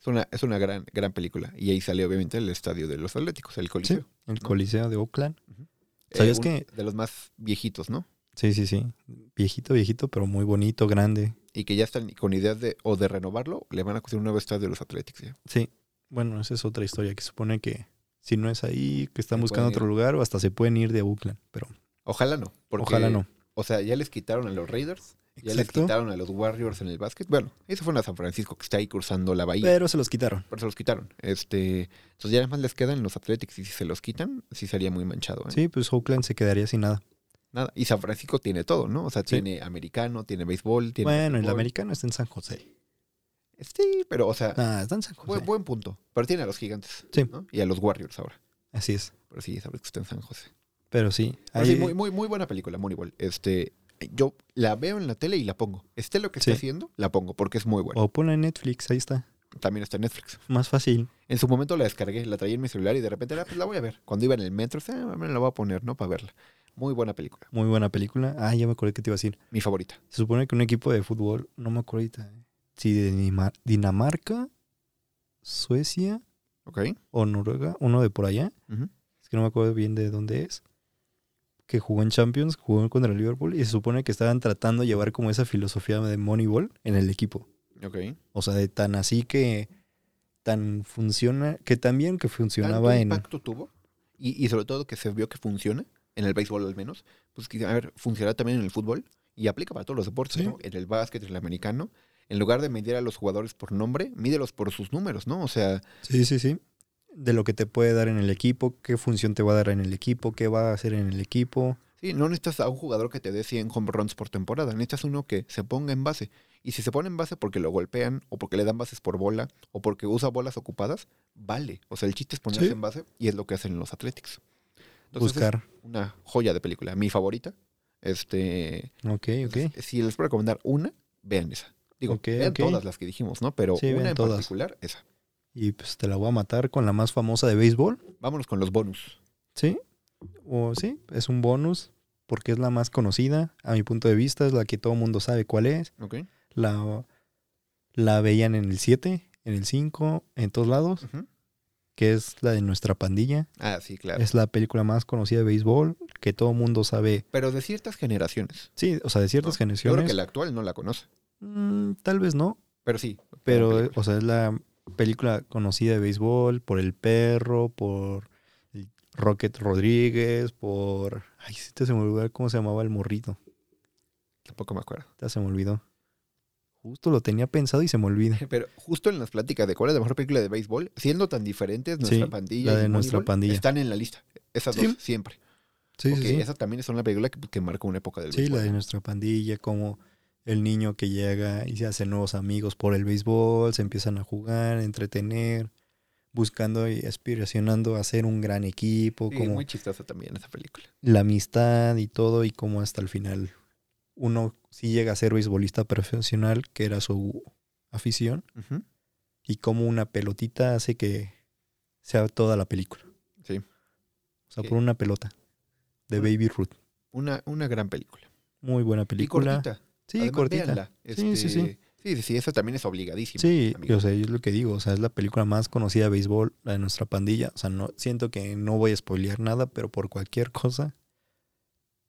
Speaker 3: Es una, es una gran, gran película. Y ahí sale obviamente el estadio de los Atléticos, el Coliseo.
Speaker 2: Sí, el
Speaker 3: ¿no?
Speaker 2: Coliseo de Oakland.
Speaker 3: Eh,
Speaker 2: ¿Sabías
Speaker 3: un-
Speaker 2: que...?
Speaker 3: De los más viejitos, ¿no?
Speaker 2: Sí, sí, sí. Viejito, viejito, pero muy bonito, grande.
Speaker 3: Y que ya están con ideas de o de renovarlo, le van a construir un nuevo estadio de los Atléticos. ¿ya?
Speaker 2: Sí. Bueno, esa es otra historia que supone que si no es ahí, que están
Speaker 3: Se
Speaker 2: buscando
Speaker 3: pueden ir.
Speaker 2: otro lugar o hasta se pueden ir de Oakland, pero
Speaker 3: Ojalá no. porque-
Speaker 2: ojalá no.
Speaker 3: O sea, ya les quitaron a los Raiders, ya les
Speaker 2: Exacto.
Speaker 3: quitaron a los Warriors en el básquet. Bueno, eso fue en la San Francisco, que está ahí cruzando la bahía.
Speaker 2: Pero se los quitaron.
Speaker 3: Pero se los quitaron. Este, entonces ya además les quedan los Athletics y si se los quitan, sí sería muy manchado. ¿eh?
Speaker 2: Sí, pues Oakland se quedaría sin nada.
Speaker 3: Nada. Y San Francisco tiene todo, ¿no? O sea,
Speaker 2: Sí.
Speaker 3: tiene americano, tiene béisbol, tiene.
Speaker 2: Bueno, el
Speaker 3: fútbol.
Speaker 2: americano está en San José.
Speaker 3: Sí, pero, o sea,
Speaker 2: Ah, está en San José.
Speaker 3: buen, buen punto. Pero tiene a los gigantes.
Speaker 2: Sí.
Speaker 3: ¿no? Y a los Warriors ahora.
Speaker 2: Así es.
Speaker 3: Pero sí, sabes que está en San José.
Speaker 2: Pero sí,
Speaker 3: Pero
Speaker 2: ahí-
Speaker 3: Pues sí, muy, muy, muy buena película, Moneyball. Este, yo la veo en la tele y la pongo. Esté lo que esté
Speaker 2: Sí.
Speaker 3: haciendo, la pongo porque es muy buena.
Speaker 2: o ponla en Netflix, ahí está.
Speaker 3: También está en Netflix.
Speaker 2: Más fácil.
Speaker 3: En su momento la descargué, la traía en mi celular y de repente, ah, pues la voy a ver. Cuando iba en el metro, dije, ah, me la voy a poner, ¿no? Para verla. Muy buena película.
Speaker 2: Muy buena película. Ah, ya me acordé que te iba a decir.
Speaker 3: Mi favorita.
Speaker 2: Se supone que un equipo de fútbol, no me acuerdo ahorita, eh, si de Dinima- Dinamarca, Suecia
Speaker 3: ¿Ok?
Speaker 2: o Noruega, uno de por allá,
Speaker 3: Ujú.
Speaker 2: es que no me acuerdo bien de dónde es, que jugó en Champions, jugó contra el Liverpool y se supone que estaban tratando de llevar como esa filosofía de Moneyball en el equipo.
Speaker 3: Ok.
Speaker 2: O sea, de tan así que tan funciona, que también que
Speaker 3: Tanto
Speaker 2: funcionaba en...
Speaker 3: impacto tuvo y, y sobre todo que se vio que funciona, en el béisbol al menos, pues que, a ver, funcionará también en el fútbol y aplica para todos los deportes,
Speaker 2: Sí.
Speaker 3: ¿no? En el básquet, en el americano. En lugar de medir a los jugadores por nombre, mídelos por sus números, ¿no? O sea,
Speaker 2: Sí, sí, sí. De lo que te puede dar en el equipo, qué función te va a dar en el equipo, qué va a hacer en el equipo.
Speaker 3: Sí, no necesitas a un jugador que te dé 100 home runs por temporada, necesitas uno que se ponga en base. Y si se pone en base porque lo golpean, o porque le dan bases por bola, o porque usa bolas ocupadas, vale. O sea, el chiste es ponerse
Speaker 2: Sí.
Speaker 3: en base y es lo que hacen los Athletics. Entonces,
Speaker 2: Buscar.
Speaker 3: Pues Es una joya de película, mi favorita. Este,
Speaker 2: Ok, ok.
Speaker 3: entonces, si les puedo recomendar una, vean esa. Digo,
Speaker 2: Ok,
Speaker 3: vean
Speaker 2: ok.
Speaker 3: todas las que dijimos, ¿no? Pero
Speaker 2: Sí, vean
Speaker 3: una en
Speaker 2: todas.
Speaker 3: particular, esa.
Speaker 2: Y pues te la voy a matar con la más famosa de béisbol.
Speaker 3: Vámonos con los bonus.
Speaker 2: Sí. O sí, es un bonus porque es la más conocida. A mi punto de vista es la que todo el mundo sabe cuál es.
Speaker 3: ¿ok?
Speaker 2: La, la veían en el 7, en el 5, en todos lados.
Speaker 3: Ujú.
Speaker 2: Que es la de nuestra pandilla.
Speaker 3: Ah, sí,
Speaker 1: Eh.
Speaker 3: claro.
Speaker 2: Es la película más conocida de béisbol que todo el mundo sabe.
Speaker 3: Pero de ciertas generaciones.
Speaker 2: Sí, o sea, de
Speaker 3: ¿no?
Speaker 2: ciertas
Speaker 3: Yo creo
Speaker 2: generaciones.
Speaker 3: que la actual no la conoce,
Speaker 2: mm, tal vez no,
Speaker 3: pero sí. como
Speaker 2: Pero, eh,
Speaker 3: película.
Speaker 2: o sea, es la película conocida de béisbol por El Perro, por el Rocket Rodríguez, por... Ay, sí, te se me olvidó cómo se llamaba el morrito.
Speaker 3: Tampoco me acuerdo.
Speaker 2: Ya se me olvidó. Justo lo tenía pensado y se me olvida.
Speaker 3: Pero justo en las pláticas de cuál es la mejor película de béisbol, siendo tan diferentes, nuestra
Speaker 2: Sí,
Speaker 3: pandilla
Speaker 2: la
Speaker 3: y
Speaker 2: de nuestra
Speaker 3: Moneyball
Speaker 2: pandilla.
Speaker 3: están en la lista. Esas
Speaker 2: Sí.
Speaker 3: dos, siempre.
Speaker 2: Sí,
Speaker 3: Porque
Speaker 2: sí, sí.
Speaker 3: esa también es una película que, que marca una época del
Speaker 2: Sí,
Speaker 3: béisbol.
Speaker 2: la de nuestra pandilla, como el niño que llega y se hace nuevos amigos por el béisbol, se empiezan a jugar, a entretener, buscando y aspiracionando a ser un gran equipo,
Speaker 3: Sí,
Speaker 2: como
Speaker 3: muy chistosa también esa película.
Speaker 2: la amistad y todo y cómo hasta el final uno sí llega a ser beisbolista profesional, que era su afición,
Speaker 3: Ujú.
Speaker 2: y cómo una pelotita hace que sea toda la película.
Speaker 3: Sí.
Speaker 2: O sea,
Speaker 3: Sí.
Speaker 2: por una pelota de
Speaker 3: Bueno.
Speaker 2: Baby Ruth.
Speaker 3: Una, una gran película.
Speaker 2: Muy buena película.
Speaker 3: Y cortita.
Speaker 2: Sí,
Speaker 3: Además,
Speaker 2: cortita.
Speaker 3: véanla.
Speaker 2: Sí, sí,
Speaker 3: Este,
Speaker 2: sí.
Speaker 3: Sí, sí, sí, esa también es obligadísima.
Speaker 2: Sí,
Speaker 3: amigo.
Speaker 2: y, o sea, yo es lo que digo, o sea, es la película más conocida de béisbol, la de nuestra pandilla. O sea, no, siento que no voy a spoilear nada, pero por cualquier cosa,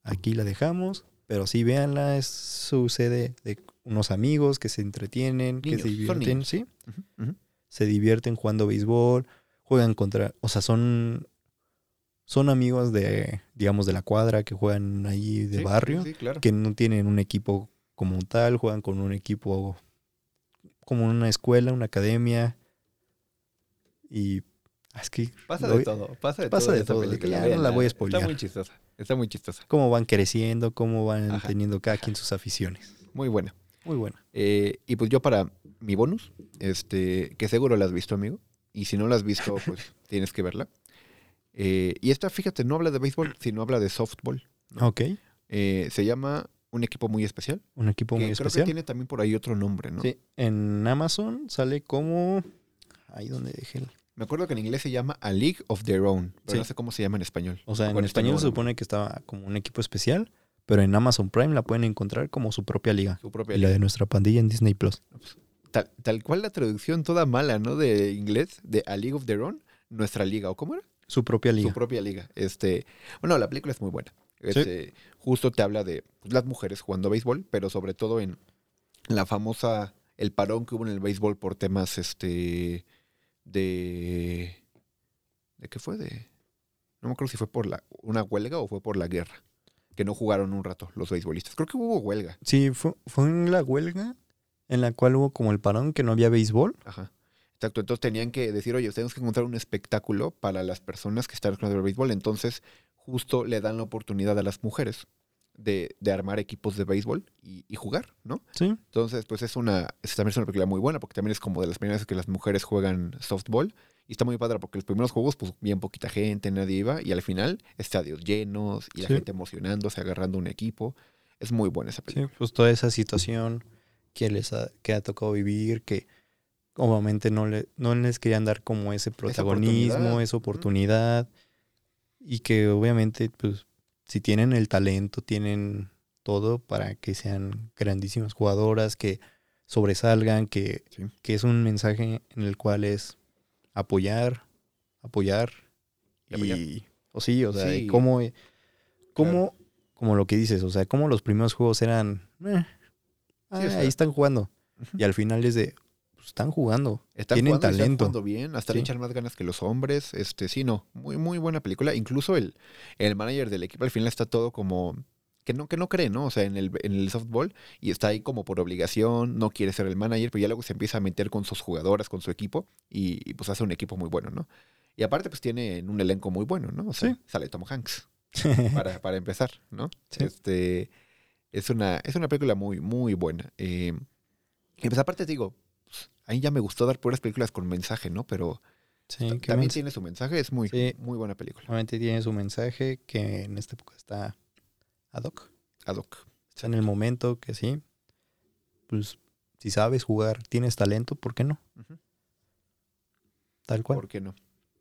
Speaker 2: aquí la dejamos. Pero sí, véanla, es, sucede de unos amigos que se entretienen,
Speaker 3: Niños,
Speaker 2: que se
Speaker 3: son
Speaker 2: divierten,
Speaker 3: niños.
Speaker 2: sí,
Speaker 3: Ujú, ujú.
Speaker 2: se divierten jugando béisbol, juegan contra, o sea, son, son amigos de, digamos, de la cuadra, que juegan ahí de
Speaker 3: Sí,
Speaker 2: barrio
Speaker 3: Sí, sí, claro.
Speaker 2: que no tienen un equipo como tal, juegan con un equipo como una escuela, una academia. Y ah, es que
Speaker 3: Pasa
Speaker 2: doy-
Speaker 3: de todo. Pasa de
Speaker 2: pasa
Speaker 3: todo.
Speaker 2: de
Speaker 3: esa
Speaker 2: todo, de que
Speaker 3: película,
Speaker 2: ya no la
Speaker 3: véanla.
Speaker 2: voy a
Speaker 3: Está muy
Speaker 2: spoilear.
Speaker 3: chistosa. Está muy chistosa.
Speaker 2: cómo van creciendo, cómo van
Speaker 3: Ajá.
Speaker 2: teniendo cada quien sus aficiones.
Speaker 3: Muy buena.
Speaker 2: Muy buena.
Speaker 3: Eh, y pues yo para mi bonus, este, que seguro la has visto, amigo. Y si no la has visto, pues tienes que verla. Eh, y esta, fíjate, no habla de béisbol, sino habla de softball.
Speaker 2: Ok.
Speaker 3: Eh, se llama Un equipo muy especial.
Speaker 2: Un equipo
Speaker 3: que
Speaker 2: muy
Speaker 3: creo
Speaker 2: especial.
Speaker 3: que tiene también por ahí otro nombre, ¿no?
Speaker 2: Sí, en Amazon sale como. Ahí donde dejé el.
Speaker 3: Me acuerdo que en inglés se llama A League of Their Own, pero
Speaker 2: Sí.
Speaker 3: no sé cómo se llama en español.
Speaker 2: O sea, en
Speaker 3: Con este
Speaker 2: español
Speaker 3: nuevo
Speaker 2: se
Speaker 3: nombre.
Speaker 2: supone que estaba como un equipo especial, pero en Amazon Prime la pueden encontrar como su propia liga.
Speaker 3: Su propia
Speaker 2: Y la
Speaker 3: liga.
Speaker 2: de nuestra pandilla en Disney Plus.
Speaker 3: Tal, tal cual la traducción toda mala, ¿no? De inglés, de A League of Their Own, nuestra liga, ¿o cómo era?
Speaker 2: Su propia liga.
Speaker 3: Su propia liga. Este, bueno, la película es muy buena. Este, Justo te habla de pues, las mujeres jugando béisbol, pero sobre todo en la famosa, el parón que hubo en el béisbol por temas, este, de... ¿De qué fue? De... No me acuerdo si fue por la, una huelga o fue por la guerra. Que no jugaron un rato los beisbolistas. Creo que hubo huelga.
Speaker 2: Sí, fue, fue en la huelga en la cual hubo como el parón que no había béisbol.
Speaker 3: Ajá. Exacto. Entonces tenían que decir, oye, tenemos que encontrar un espectáculo para las personas que están jugando al béisbol. Entonces, justo le dan la oportunidad a las mujeres de, de armar equipos de béisbol y, y jugar, ¿no?
Speaker 2: Sí.
Speaker 3: Entonces, pues es una, es- también es una película muy buena porque también es como de las primeras que las mujeres juegan softball. Y está muy padre porque los primeros juegos, pues bien poquita gente, nadie iba. Y al final, estadios llenos y la
Speaker 2: Sí.
Speaker 3: gente emocionándose, agarrando un equipo. Es muy buena esa película.
Speaker 2: Sí, pues toda esa situación que les ha, que ha tocado vivir, que obviamente no, le, no les querían dar como ese protagonismo,
Speaker 3: oportunidad.
Speaker 2: esa oportunidad, y que obviamente, pues, si tienen el talento, tienen todo para que sean grandísimas jugadoras, que sobresalgan, que,
Speaker 3: Sí.
Speaker 2: que es un mensaje en el cual es apoyar, apoyar,
Speaker 3: Y apoyar.
Speaker 2: y- o sí, o sea, y
Speaker 3: Sí.
Speaker 2: cómo, cómo- como lo que dices, o sea, como los primeros juegos eran, eh, ah,
Speaker 3: Sí, o sea.
Speaker 2: ahí están jugando.
Speaker 3: Ujú.
Speaker 2: Y al final es de, pues, están jugando.
Speaker 3: Están
Speaker 2: Tienen
Speaker 3: jugando, y están
Speaker 2: talento.
Speaker 3: jugando bien, hasta
Speaker 2: Sí.
Speaker 3: le echan más ganas que los hombres. Este, sí, no, muy, muy buena película. Incluso el, el manager del equipo al final está todo como que no, que no cree, ¿no? O sea, en el, en el softball y está ahí como por obligación, no quiere ser el manager, pero ya luego se empieza a meter con sus jugadoras, con su equipo y, y, pues hace un equipo muy bueno, ¿no? Y aparte pues tiene un elenco muy bueno, ¿no? O sea,
Speaker 2: Sí.
Speaker 3: sale Tom Hanks para, para empezar, ¿no?
Speaker 2: Sí.
Speaker 3: Este, es, una, es una película muy, muy buena. Eh, y pues aparte te digo, pues, a mí ya me gustó dar puras películas con mensaje, ¿no? Pero
Speaker 2: Sí,
Speaker 3: ta-
Speaker 2: que
Speaker 3: también
Speaker 2: mens-
Speaker 3: tiene su mensaje, es muy,
Speaker 2: Sí.
Speaker 3: muy buena película.
Speaker 2: obviamente tiene su mensaje que en esta época está ad hoc.
Speaker 3: Ad hoc.
Speaker 2: Está en el momento que sí. Pues si sabes jugar, tienes talento, ¿por qué no?
Speaker 3: Ujú.
Speaker 2: Tal cual.
Speaker 3: ¿Por qué no?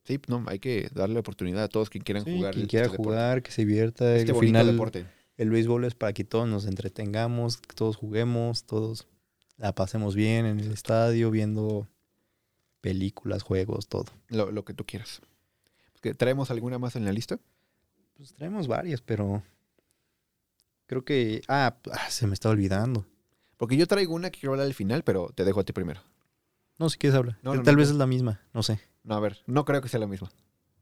Speaker 3: Sí, no, hay que darle oportunidad a todos quien quieran
Speaker 2: Sí,
Speaker 3: jugar.
Speaker 2: quien
Speaker 3: este
Speaker 2: quiera
Speaker 3: deporte.
Speaker 2: jugar, que se divierta.
Speaker 3: Este
Speaker 2: al
Speaker 3: bonito
Speaker 2: final,
Speaker 3: deporte.
Speaker 2: el béisbol es para que todos nos entretengamos, que todos juguemos, todos la pasemos bien en el estadio, viendo películas, juegos, todo.
Speaker 3: Lo, lo que tú quieras. Que ¿Traemos alguna más en la lista?
Speaker 2: Pues traemos varias, pero creo que... Ah, p- ah, se me está olvidando.
Speaker 3: Porque yo traigo una que quiero hablar al final, pero te dejo a ti primero.
Speaker 2: No, si quieres hablar.
Speaker 3: No, no,
Speaker 2: Tal
Speaker 3: no,
Speaker 2: vez
Speaker 3: no.
Speaker 2: es la misma, no sé.
Speaker 3: No, a ver, no creo que sea la misma.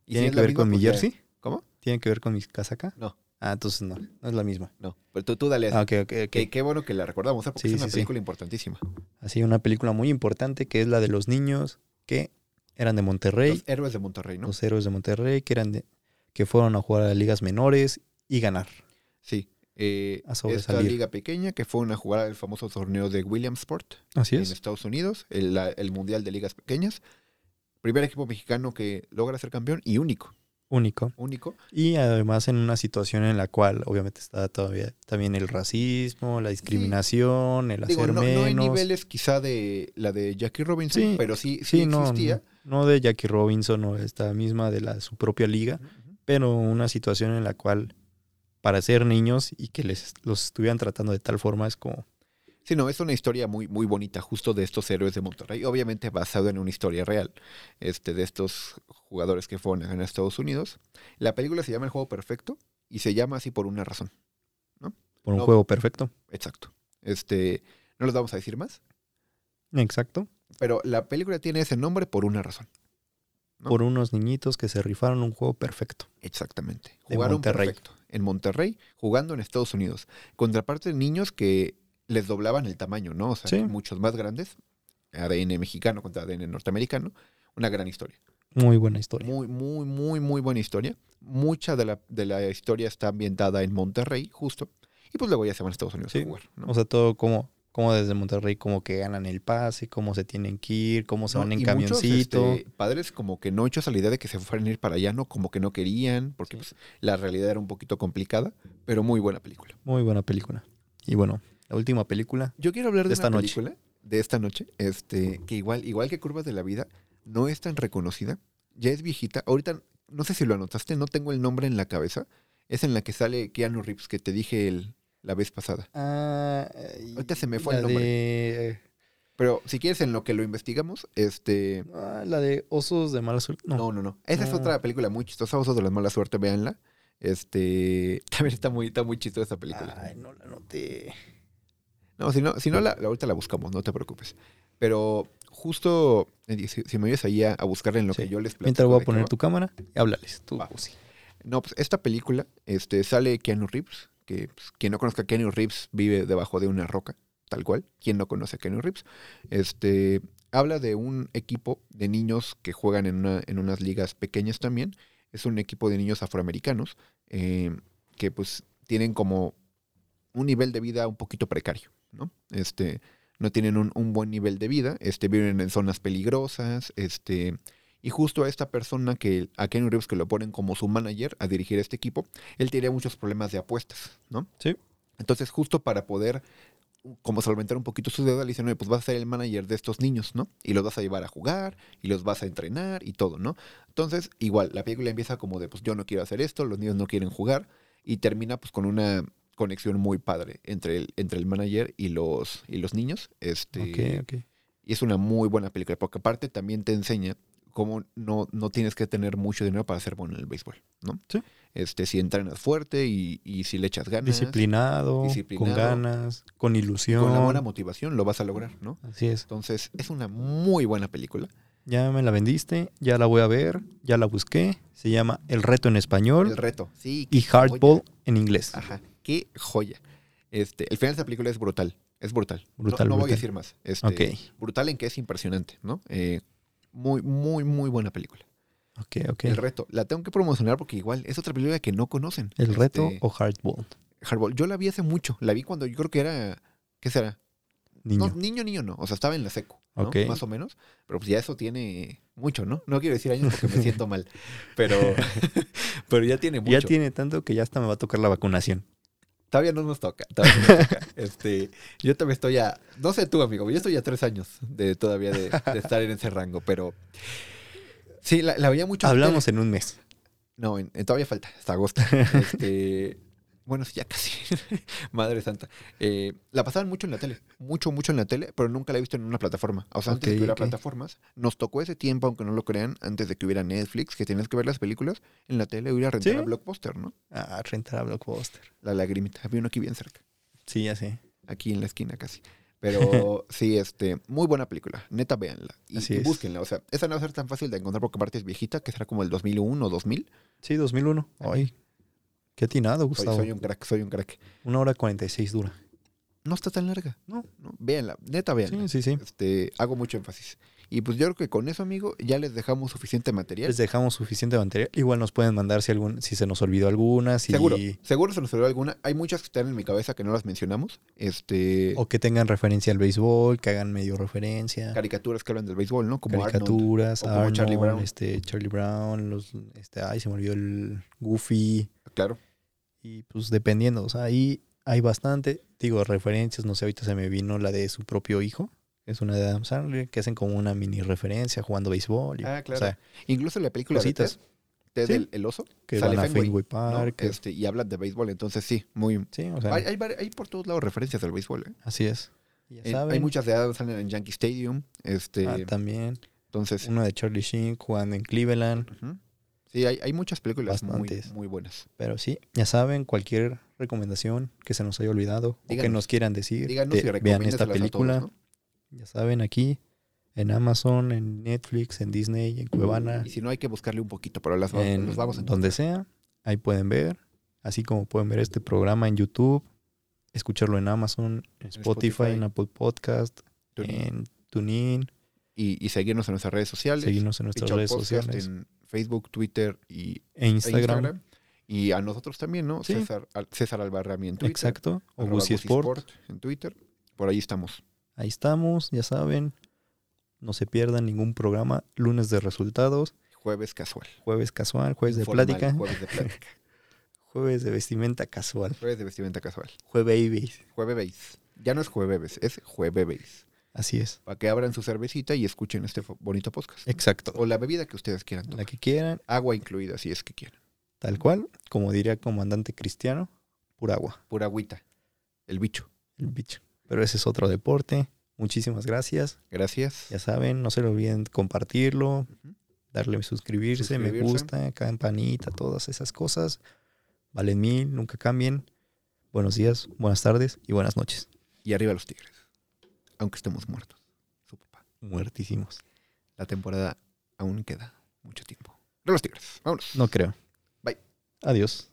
Speaker 3: Y si
Speaker 2: ¿Tiene
Speaker 3: es
Speaker 2: que
Speaker 3: la
Speaker 2: ver
Speaker 3: misma,
Speaker 2: con mi
Speaker 3: pues ya-
Speaker 2: jersey?
Speaker 3: ¿Cómo?
Speaker 2: ¿Tiene que ver con mi casaca?
Speaker 3: No.
Speaker 2: Ah, entonces no, no es la misma.
Speaker 3: No, pero tú, tú dale.
Speaker 2: Ah, ok, ok, ok.
Speaker 3: Que, qué bueno que la recordamos, ¿eh? porque
Speaker 2: Sí,
Speaker 3: es una
Speaker 2: sí, sí.
Speaker 3: película importantísima.
Speaker 2: Así, una película muy importante que es la de los niños que eran de Monterrey.
Speaker 3: Los héroes de Monterrey, ¿no?
Speaker 2: los héroes de Monterrey que eran de- que fueron a jugar a las ligas menores y ganar.
Speaker 3: Sí. eh,
Speaker 2: A
Speaker 3: esta
Speaker 2: sobresalir.
Speaker 3: liga pequeña que fue una jugada del famoso torneo de Williamsport
Speaker 2: Así
Speaker 3: en Estados Unidos, el, la- el Mundial de Ligas Pequeñas. Primer equipo mexicano que logra ser campeón y único.
Speaker 2: Único.
Speaker 3: Único.
Speaker 2: Y además en una situación en la cual obviamente está todavía también el racismo, la discriminación, el
Speaker 3: Digo,
Speaker 2: hacer
Speaker 3: no, no
Speaker 2: menos.
Speaker 3: hay niveles quizá de la de Jackie Robinson,
Speaker 2: Sí,
Speaker 3: pero sí, sí,
Speaker 2: sí, no,
Speaker 3: existía.
Speaker 2: no, no de Jackie Robinson o esta misma de la, su propia liga, pero una situación en la cual para ser niños y que les los estuvieran tratando de tal forma es como
Speaker 3: Sí, no, es una historia muy, muy bonita, justo de estos héroes de Monterrey, obviamente basado en una historia real, este, de estos jugadores que fueron a ganar a Estados Unidos. La película se llama El Juego Perfecto y se llama así por una razón.
Speaker 2: por un
Speaker 3: No.
Speaker 2: juego perfecto.
Speaker 3: Exacto. Este, no les vamos a decir más,
Speaker 2: Exacto.
Speaker 3: pero la película tiene ese nombre por una razón. ¿No?
Speaker 2: Por unos niñitos que se rifaron un juego perfecto.
Speaker 3: Exactamente.
Speaker 2: De
Speaker 3: Jugaron
Speaker 2: Monterrey.
Speaker 3: perfecto en Monterrey, jugando en Estados Unidos. Contraparte de niños que les doblaban el tamaño, ¿no? O sea,
Speaker 2: Sí.
Speaker 3: muchos más grandes. ADN mexicano contra ADN norteamericano. Una gran historia.
Speaker 2: Muy buena historia.
Speaker 3: Muy, muy, muy, muy buena historia. Mucha de la, de la historia está ambientada en Monterrey, justo. Y pues luego ya se van a Estados Unidos
Speaker 2: Sí.
Speaker 3: a jugar. ¿no?
Speaker 2: O sea, todo como cómo desde Monterrey como que ganan el pase, cómo se tienen que ir, cómo se
Speaker 3: No,
Speaker 2: van en
Speaker 3: y muchos,
Speaker 2: camioncito.
Speaker 3: este, padres como que no hechos a la idea de que se fueran a ir para allá, no, como que no querían, porque pues, la realidad era un poquito complicada, pero muy buena película.
Speaker 2: Muy buena película. Y bueno, la última película.
Speaker 3: Yo quiero hablar de,
Speaker 2: De esta
Speaker 3: una
Speaker 2: noche.
Speaker 3: película de esta noche, este, que igual, igual que Curvas de la Vida, no es tan reconocida, ya es viejita. Ahorita, no sé si lo anotaste, no tengo el nombre en la cabeza. Es en la que sale Keanu Reeves, que te dije el- la vez pasada.
Speaker 2: Ah, y
Speaker 3: Ahorita se me fue
Speaker 2: la
Speaker 3: el nombre.
Speaker 2: de-
Speaker 3: Pero si quieres, en lo que lo investigamos, este...
Speaker 2: ah, la de Osos de Mala Suerte. No.
Speaker 3: No, no, no. Esa es
Speaker 2: No.
Speaker 3: otra película muy chistosa, Osos de la Mala Suerte, véanla. Este, también está muy, está muy chistosa esa película.
Speaker 2: Ay, no la noté.
Speaker 3: No, si no, si no la, la- ahorita la buscamos, no te preocupes. Pero justo, eh, si, si me ayudas ahí a, a buscarla en lo
Speaker 2: Sí.
Speaker 3: que yo les platico.
Speaker 2: Mientras voy
Speaker 3: de
Speaker 2: a
Speaker 3: qué
Speaker 2: poner
Speaker 3: va.
Speaker 2: tu cámara y háblales. Tú,
Speaker 3: Va.
Speaker 2: Cusi.
Speaker 3: No, pues esta película este, sale Keanu Reeves, que pues, quien no conozca a Keanu Reeves vive debajo de una roca, tal cual. Quien no conoce a Keanu Reeves. Este, habla de un equipo de niños que juegan en, una- en unas ligas pequeñas también. Es un equipo de niños afroamericanos eh, que pues tienen como un nivel de vida un poquito precario, ¿no? Este, no tienen un, un buen nivel de vida, este, viven en zonas peligrosas, este, y justo a esta persona que, a Kenny Reeves que lo ponen como su manager a dirigir este equipo, él tenía muchos problemas de apuestas, ¿no?
Speaker 2: Sí.
Speaker 3: Entonces, justo para poder como solventar un poquito su deuda, le dicen, "Oye, pues vas a ser el manager de estos niños, ¿no? Y los vas a llevar a jugar, y los vas a entrenar, y todo, ¿no? Entonces, igual, la película empieza como de, pues yo no quiero hacer esto, los niños no quieren jugar, y termina pues con una conexión muy padre entre el, entre el manager y los, y los niños. Este,
Speaker 2: Ok, ok.
Speaker 3: y es una muy buena película, porque aparte también te enseña cómo no, no tienes que tener mucho dinero para ser bueno en el béisbol, ¿no?
Speaker 2: Sí.
Speaker 3: Este, si entrenas fuerte y, y si le echas ganas,
Speaker 2: Disciplinado,
Speaker 3: Disciplinado.
Speaker 2: con ganas, con ilusión.
Speaker 3: con la buena motivación lo vas a lograr, ¿no?
Speaker 2: Así es.
Speaker 3: Entonces, es una muy buena película.
Speaker 2: Ya me la vendiste, ya la voy a ver, ya la busqué. Se llama El Reto en español
Speaker 3: El reto. Sí.
Speaker 2: y
Speaker 3: qué
Speaker 2: Hardball
Speaker 3: joya.
Speaker 2: en inglés.
Speaker 3: Ajá. Qué joya. Este, el final de esta película es brutal. Es brutal. No-
Speaker 2: Brutal,
Speaker 3: no, voy a
Speaker 2: brutal.
Speaker 3: decir más. Este,
Speaker 2: ok,
Speaker 3: Brutal en que es impresionante, ¿no? Eh, muy, muy, muy buena película.
Speaker 2: ok, ok.
Speaker 3: El reto. La tengo que promocionar porque igual es otra película que no conocen.
Speaker 2: El reto
Speaker 3: Este,
Speaker 2: o hardball,
Speaker 3: Hardball. Yo la vi hace mucho. La vi cuando yo creo que era. ¿Qué será?
Speaker 2: niño.
Speaker 3: No, niño, niño no. O sea, estaba en la seco. ¿no?
Speaker 2: Ok.
Speaker 3: Más o menos. Pero pues ya eso tiene mucho, ¿no? No quiero decir años porque me siento mal. Pero, pero ya tiene mucho.
Speaker 2: ya tiene tanto que ya hasta me va a tocar la vacunación.
Speaker 3: Todavía no nos toca. Todavía no nos toca. Este, yo también estoy a. No sé tú, amigo, yo estoy a tres años de todavía de, de estar en ese rango, pero. Sí, la, la veía mucho. en la
Speaker 2: Hablamos
Speaker 3: tele.
Speaker 2: en un mes.
Speaker 3: No, en- en- todavía falta, hasta agosto. Este, bueno, sí, ya casi. Madre santa. Eh, la pasaban mucho en la tele. Mucho, mucho en la tele, pero nunca la he visto en una plataforma. O sea, antes
Speaker 2: Ok,
Speaker 3: de que hubiera
Speaker 2: ok.
Speaker 3: plataformas, nos tocó ese tiempo, aunque no lo crean, antes de que hubiera Netflix, que tenías que ver las películas en la tele o ir a rentar
Speaker 2: ¿Sí?
Speaker 3: a Blockbuster, ¿no?
Speaker 2: Ah, rentar a Blockbuster.
Speaker 3: La lagrimita. Había uno aquí bien cerca.
Speaker 2: Sí, ya sé.
Speaker 3: aquí en la esquina casi. Pero sí, este, muy buena película. Neta, véanla. Y,
Speaker 2: Así
Speaker 3: y
Speaker 2: es.
Speaker 3: búsquenla. O sea, esa no va a ser tan fácil de encontrar porque aparte es viejita, que será como el 2001 o 2000.
Speaker 2: Sí, 2001. Ay, qué atinado,
Speaker 3: Soy,
Speaker 2: Gustavo.
Speaker 3: soy un crack, soy un crack.
Speaker 2: Una hora 46 dura.
Speaker 3: No está tan larga.
Speaker 2: No.
Speaker 3: no véanla. Neta, véanla.
Speaker 2: Sí, sí, sí.
Speaker 3: Este, hago mucho énfasis. Y pues yo creo que con eso, amigo, ya les dejamos suficiente material.
Speaker 2: Les dejamos suficiente material. Igual nos pueden mandar si algún, si se nos olvidó alguna, si
Speaker 3: Seguro, seguro se nos olvidó alguna. Hay muchas que están en mi cabeza que no las mencionamos. Este,
Speaker 2: o que tengan referencia al béisbol, que hagan medio referencia,
Speaker 3: caricaturas que hablan del béisbol, ¿no? Como Arnold.
Speaker 2: caricaturas,
Speaker 3: o como Charlie
Speaker 2: Arnold,
Speaker 3: Brown.
Speaker 2: este Charlie Brown, los este ay se me olvidó el Goofy
Speaker 3: Claro.
Speaker 2: y pues dependiendo, o sea, ahí hay bastante, digo, referencias, no sé, ahorita se me vino la de su propio hijo, que es una de Adam Sandler, que hacen como una mini referencia jugando béisbol, y,
Speaker 3: Ah, claro.
Speaker 2: o sea,
Speaker 3: Incluso la película
Speaker 2: Cositas.
Speaker 3: de Ted, Ted
Speaker 2: Sí. Ah,
Speaker 3: el, el oso,
Speaker 2: que
Speaker 3: Sale
Speaker 2: van a
Speaker 3: Fenway,
Speaker 2: Fenway
Speaker 3: ¿no?
Speaker 2: Park, que-
Speaker 3: Este, y hablan de béisbol, entonces sí, muy,
Speaker 2: sí, o sea,
Speaker 3: hay, hay vari- hay por todos lados referencias al béisbol. ¿eh?
Speaker 2: así es. Y Ya
Speaker 3: En-
Speaker 2: saben,
Speaker 3: hay muchas de Adam Sandler en Yankee Stadium. Este,
Speaker 2: ah, también
Speaker 3: entonces,
Speaker 2: una de Charlie Sheen jugando en Cleveland,
Speaker 3: ujú. sí, hay, hay muchas películas muy,
Speaker 2: Bastantes.
Speaker 3: muy buenas.
Speaker 2: Pero sí, ya saben, cualquier recomendación que se nos haya olvidado o que
Speaker 3: Díganos.
Speaker 2: nos quieran decir,
Speaker 3: Díganos
Speaker 2: de-
Speaker 3: si
Speaker 2: vean
Speaker 3: recomiendan
Speaker 2: esta película, ya saben, aquí en Amazon, en Netflix, en Disney, en Cuevana,
Speaker 3: Y si no, hay que buscarle un poquito, pero las vamos,
Speaker 2: en
Speaker 3: las vamos a
Speaker 2: donde
Speaker 3: encontrar.
Speaker 2: sea, ahí pueden ver, así como pueden ver este programa en YouTube, escucharlo en Amazon, en Spotify,
Speaker 3: Spotify,
Speaker 2: en Apple Podcast,
Speaker 3: TuneIn.
Speaker 2: en TuneIn,
Speaker 3: Y, y seguirnos en nuestras redes sociales.
Speaker 2: seguirnos en nuestras
Speaker 3: Pichao
Speaker 2: redes
Speaker 3: Podcast
Speaker 2: sociales,
Speaker 3: En Facebook, Twitter y
Speaker 2: e
Speaker 3: e
Speaker 2: Instagram,
Speaker 3: Instagram. Y a nosotros también, ¿no?
Speaker 2: Sí.
Speaker 3: César, al- César Albarrami en Twitter.
Speaker 2: exacto, o
Speaker 3: arroba
Speaker 2: Gucci
Speaker 3: Gucci
Speaker 2: Sport,
Speaker 3: en Twitter. Por ahí estamos.
Speaker 2: Ahí estamos, ya saben. No se pierdan ningún programa. Lunes de resultados,
Speaker 3: Jueves casual.
Speaker 2: jueves casual, jueves de
Speaker 3: Informal,
Speaker 2: plática,
Speaker 3: Jueves de plática.
Speaker 2: jueves de vestimenta casual,
Speaker 3: jueves de vestimenta casual.
Speaker 2: jueves.
Speaker 3: Jueves. Ya no es jueves, es jueves.
Speaker 2: Así es.
Speaker 3: Para que abran su cervecita y escuchen este fo- bonito podcast.
Speaker 2: Exacto.
Speaker 3: O la bebida que ustedes quieran tomar.
Speaker 2: La que quieran,
Speaker 3: Agua incluida, si es que quieren.
Speaker 2: tal cual, como diría comandante cristiano, pura agua,
Speaker 3: Pura agüita. El bicho.
Speaker 2: el bicho. Pero ese es otro deporte. Muchísimas gracias.
Speaker 3: Gracias.
Speaker 2: Ya saben, no se lo olviden compartirlo, darle suscribirse, me
Speaker 3: Suscribirse.
Speaker 2: gusta, campanita, todas esas cosas. Valen mil, nunca cambien. Buenos días, buenas tardes y buenas noches.
Speaker 3: Y arriba los tigres. Aunque estemos muertos. Su papá.
Speaker 2: Muertísimos.
Speaker 3: La temporada aún queda mucho tiempo. De los tigres. Vámonos.
Speaker 2: No creo.
Speaker 3: Bye.
Speaker 2: Adiós.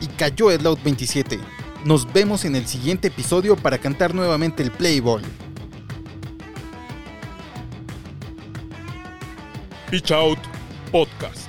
Speaker 1: y cayó el Loud 27. Nos vemos en el siguiente episodio para cantar nuevamente el Playboy. Pitch Out Podcast.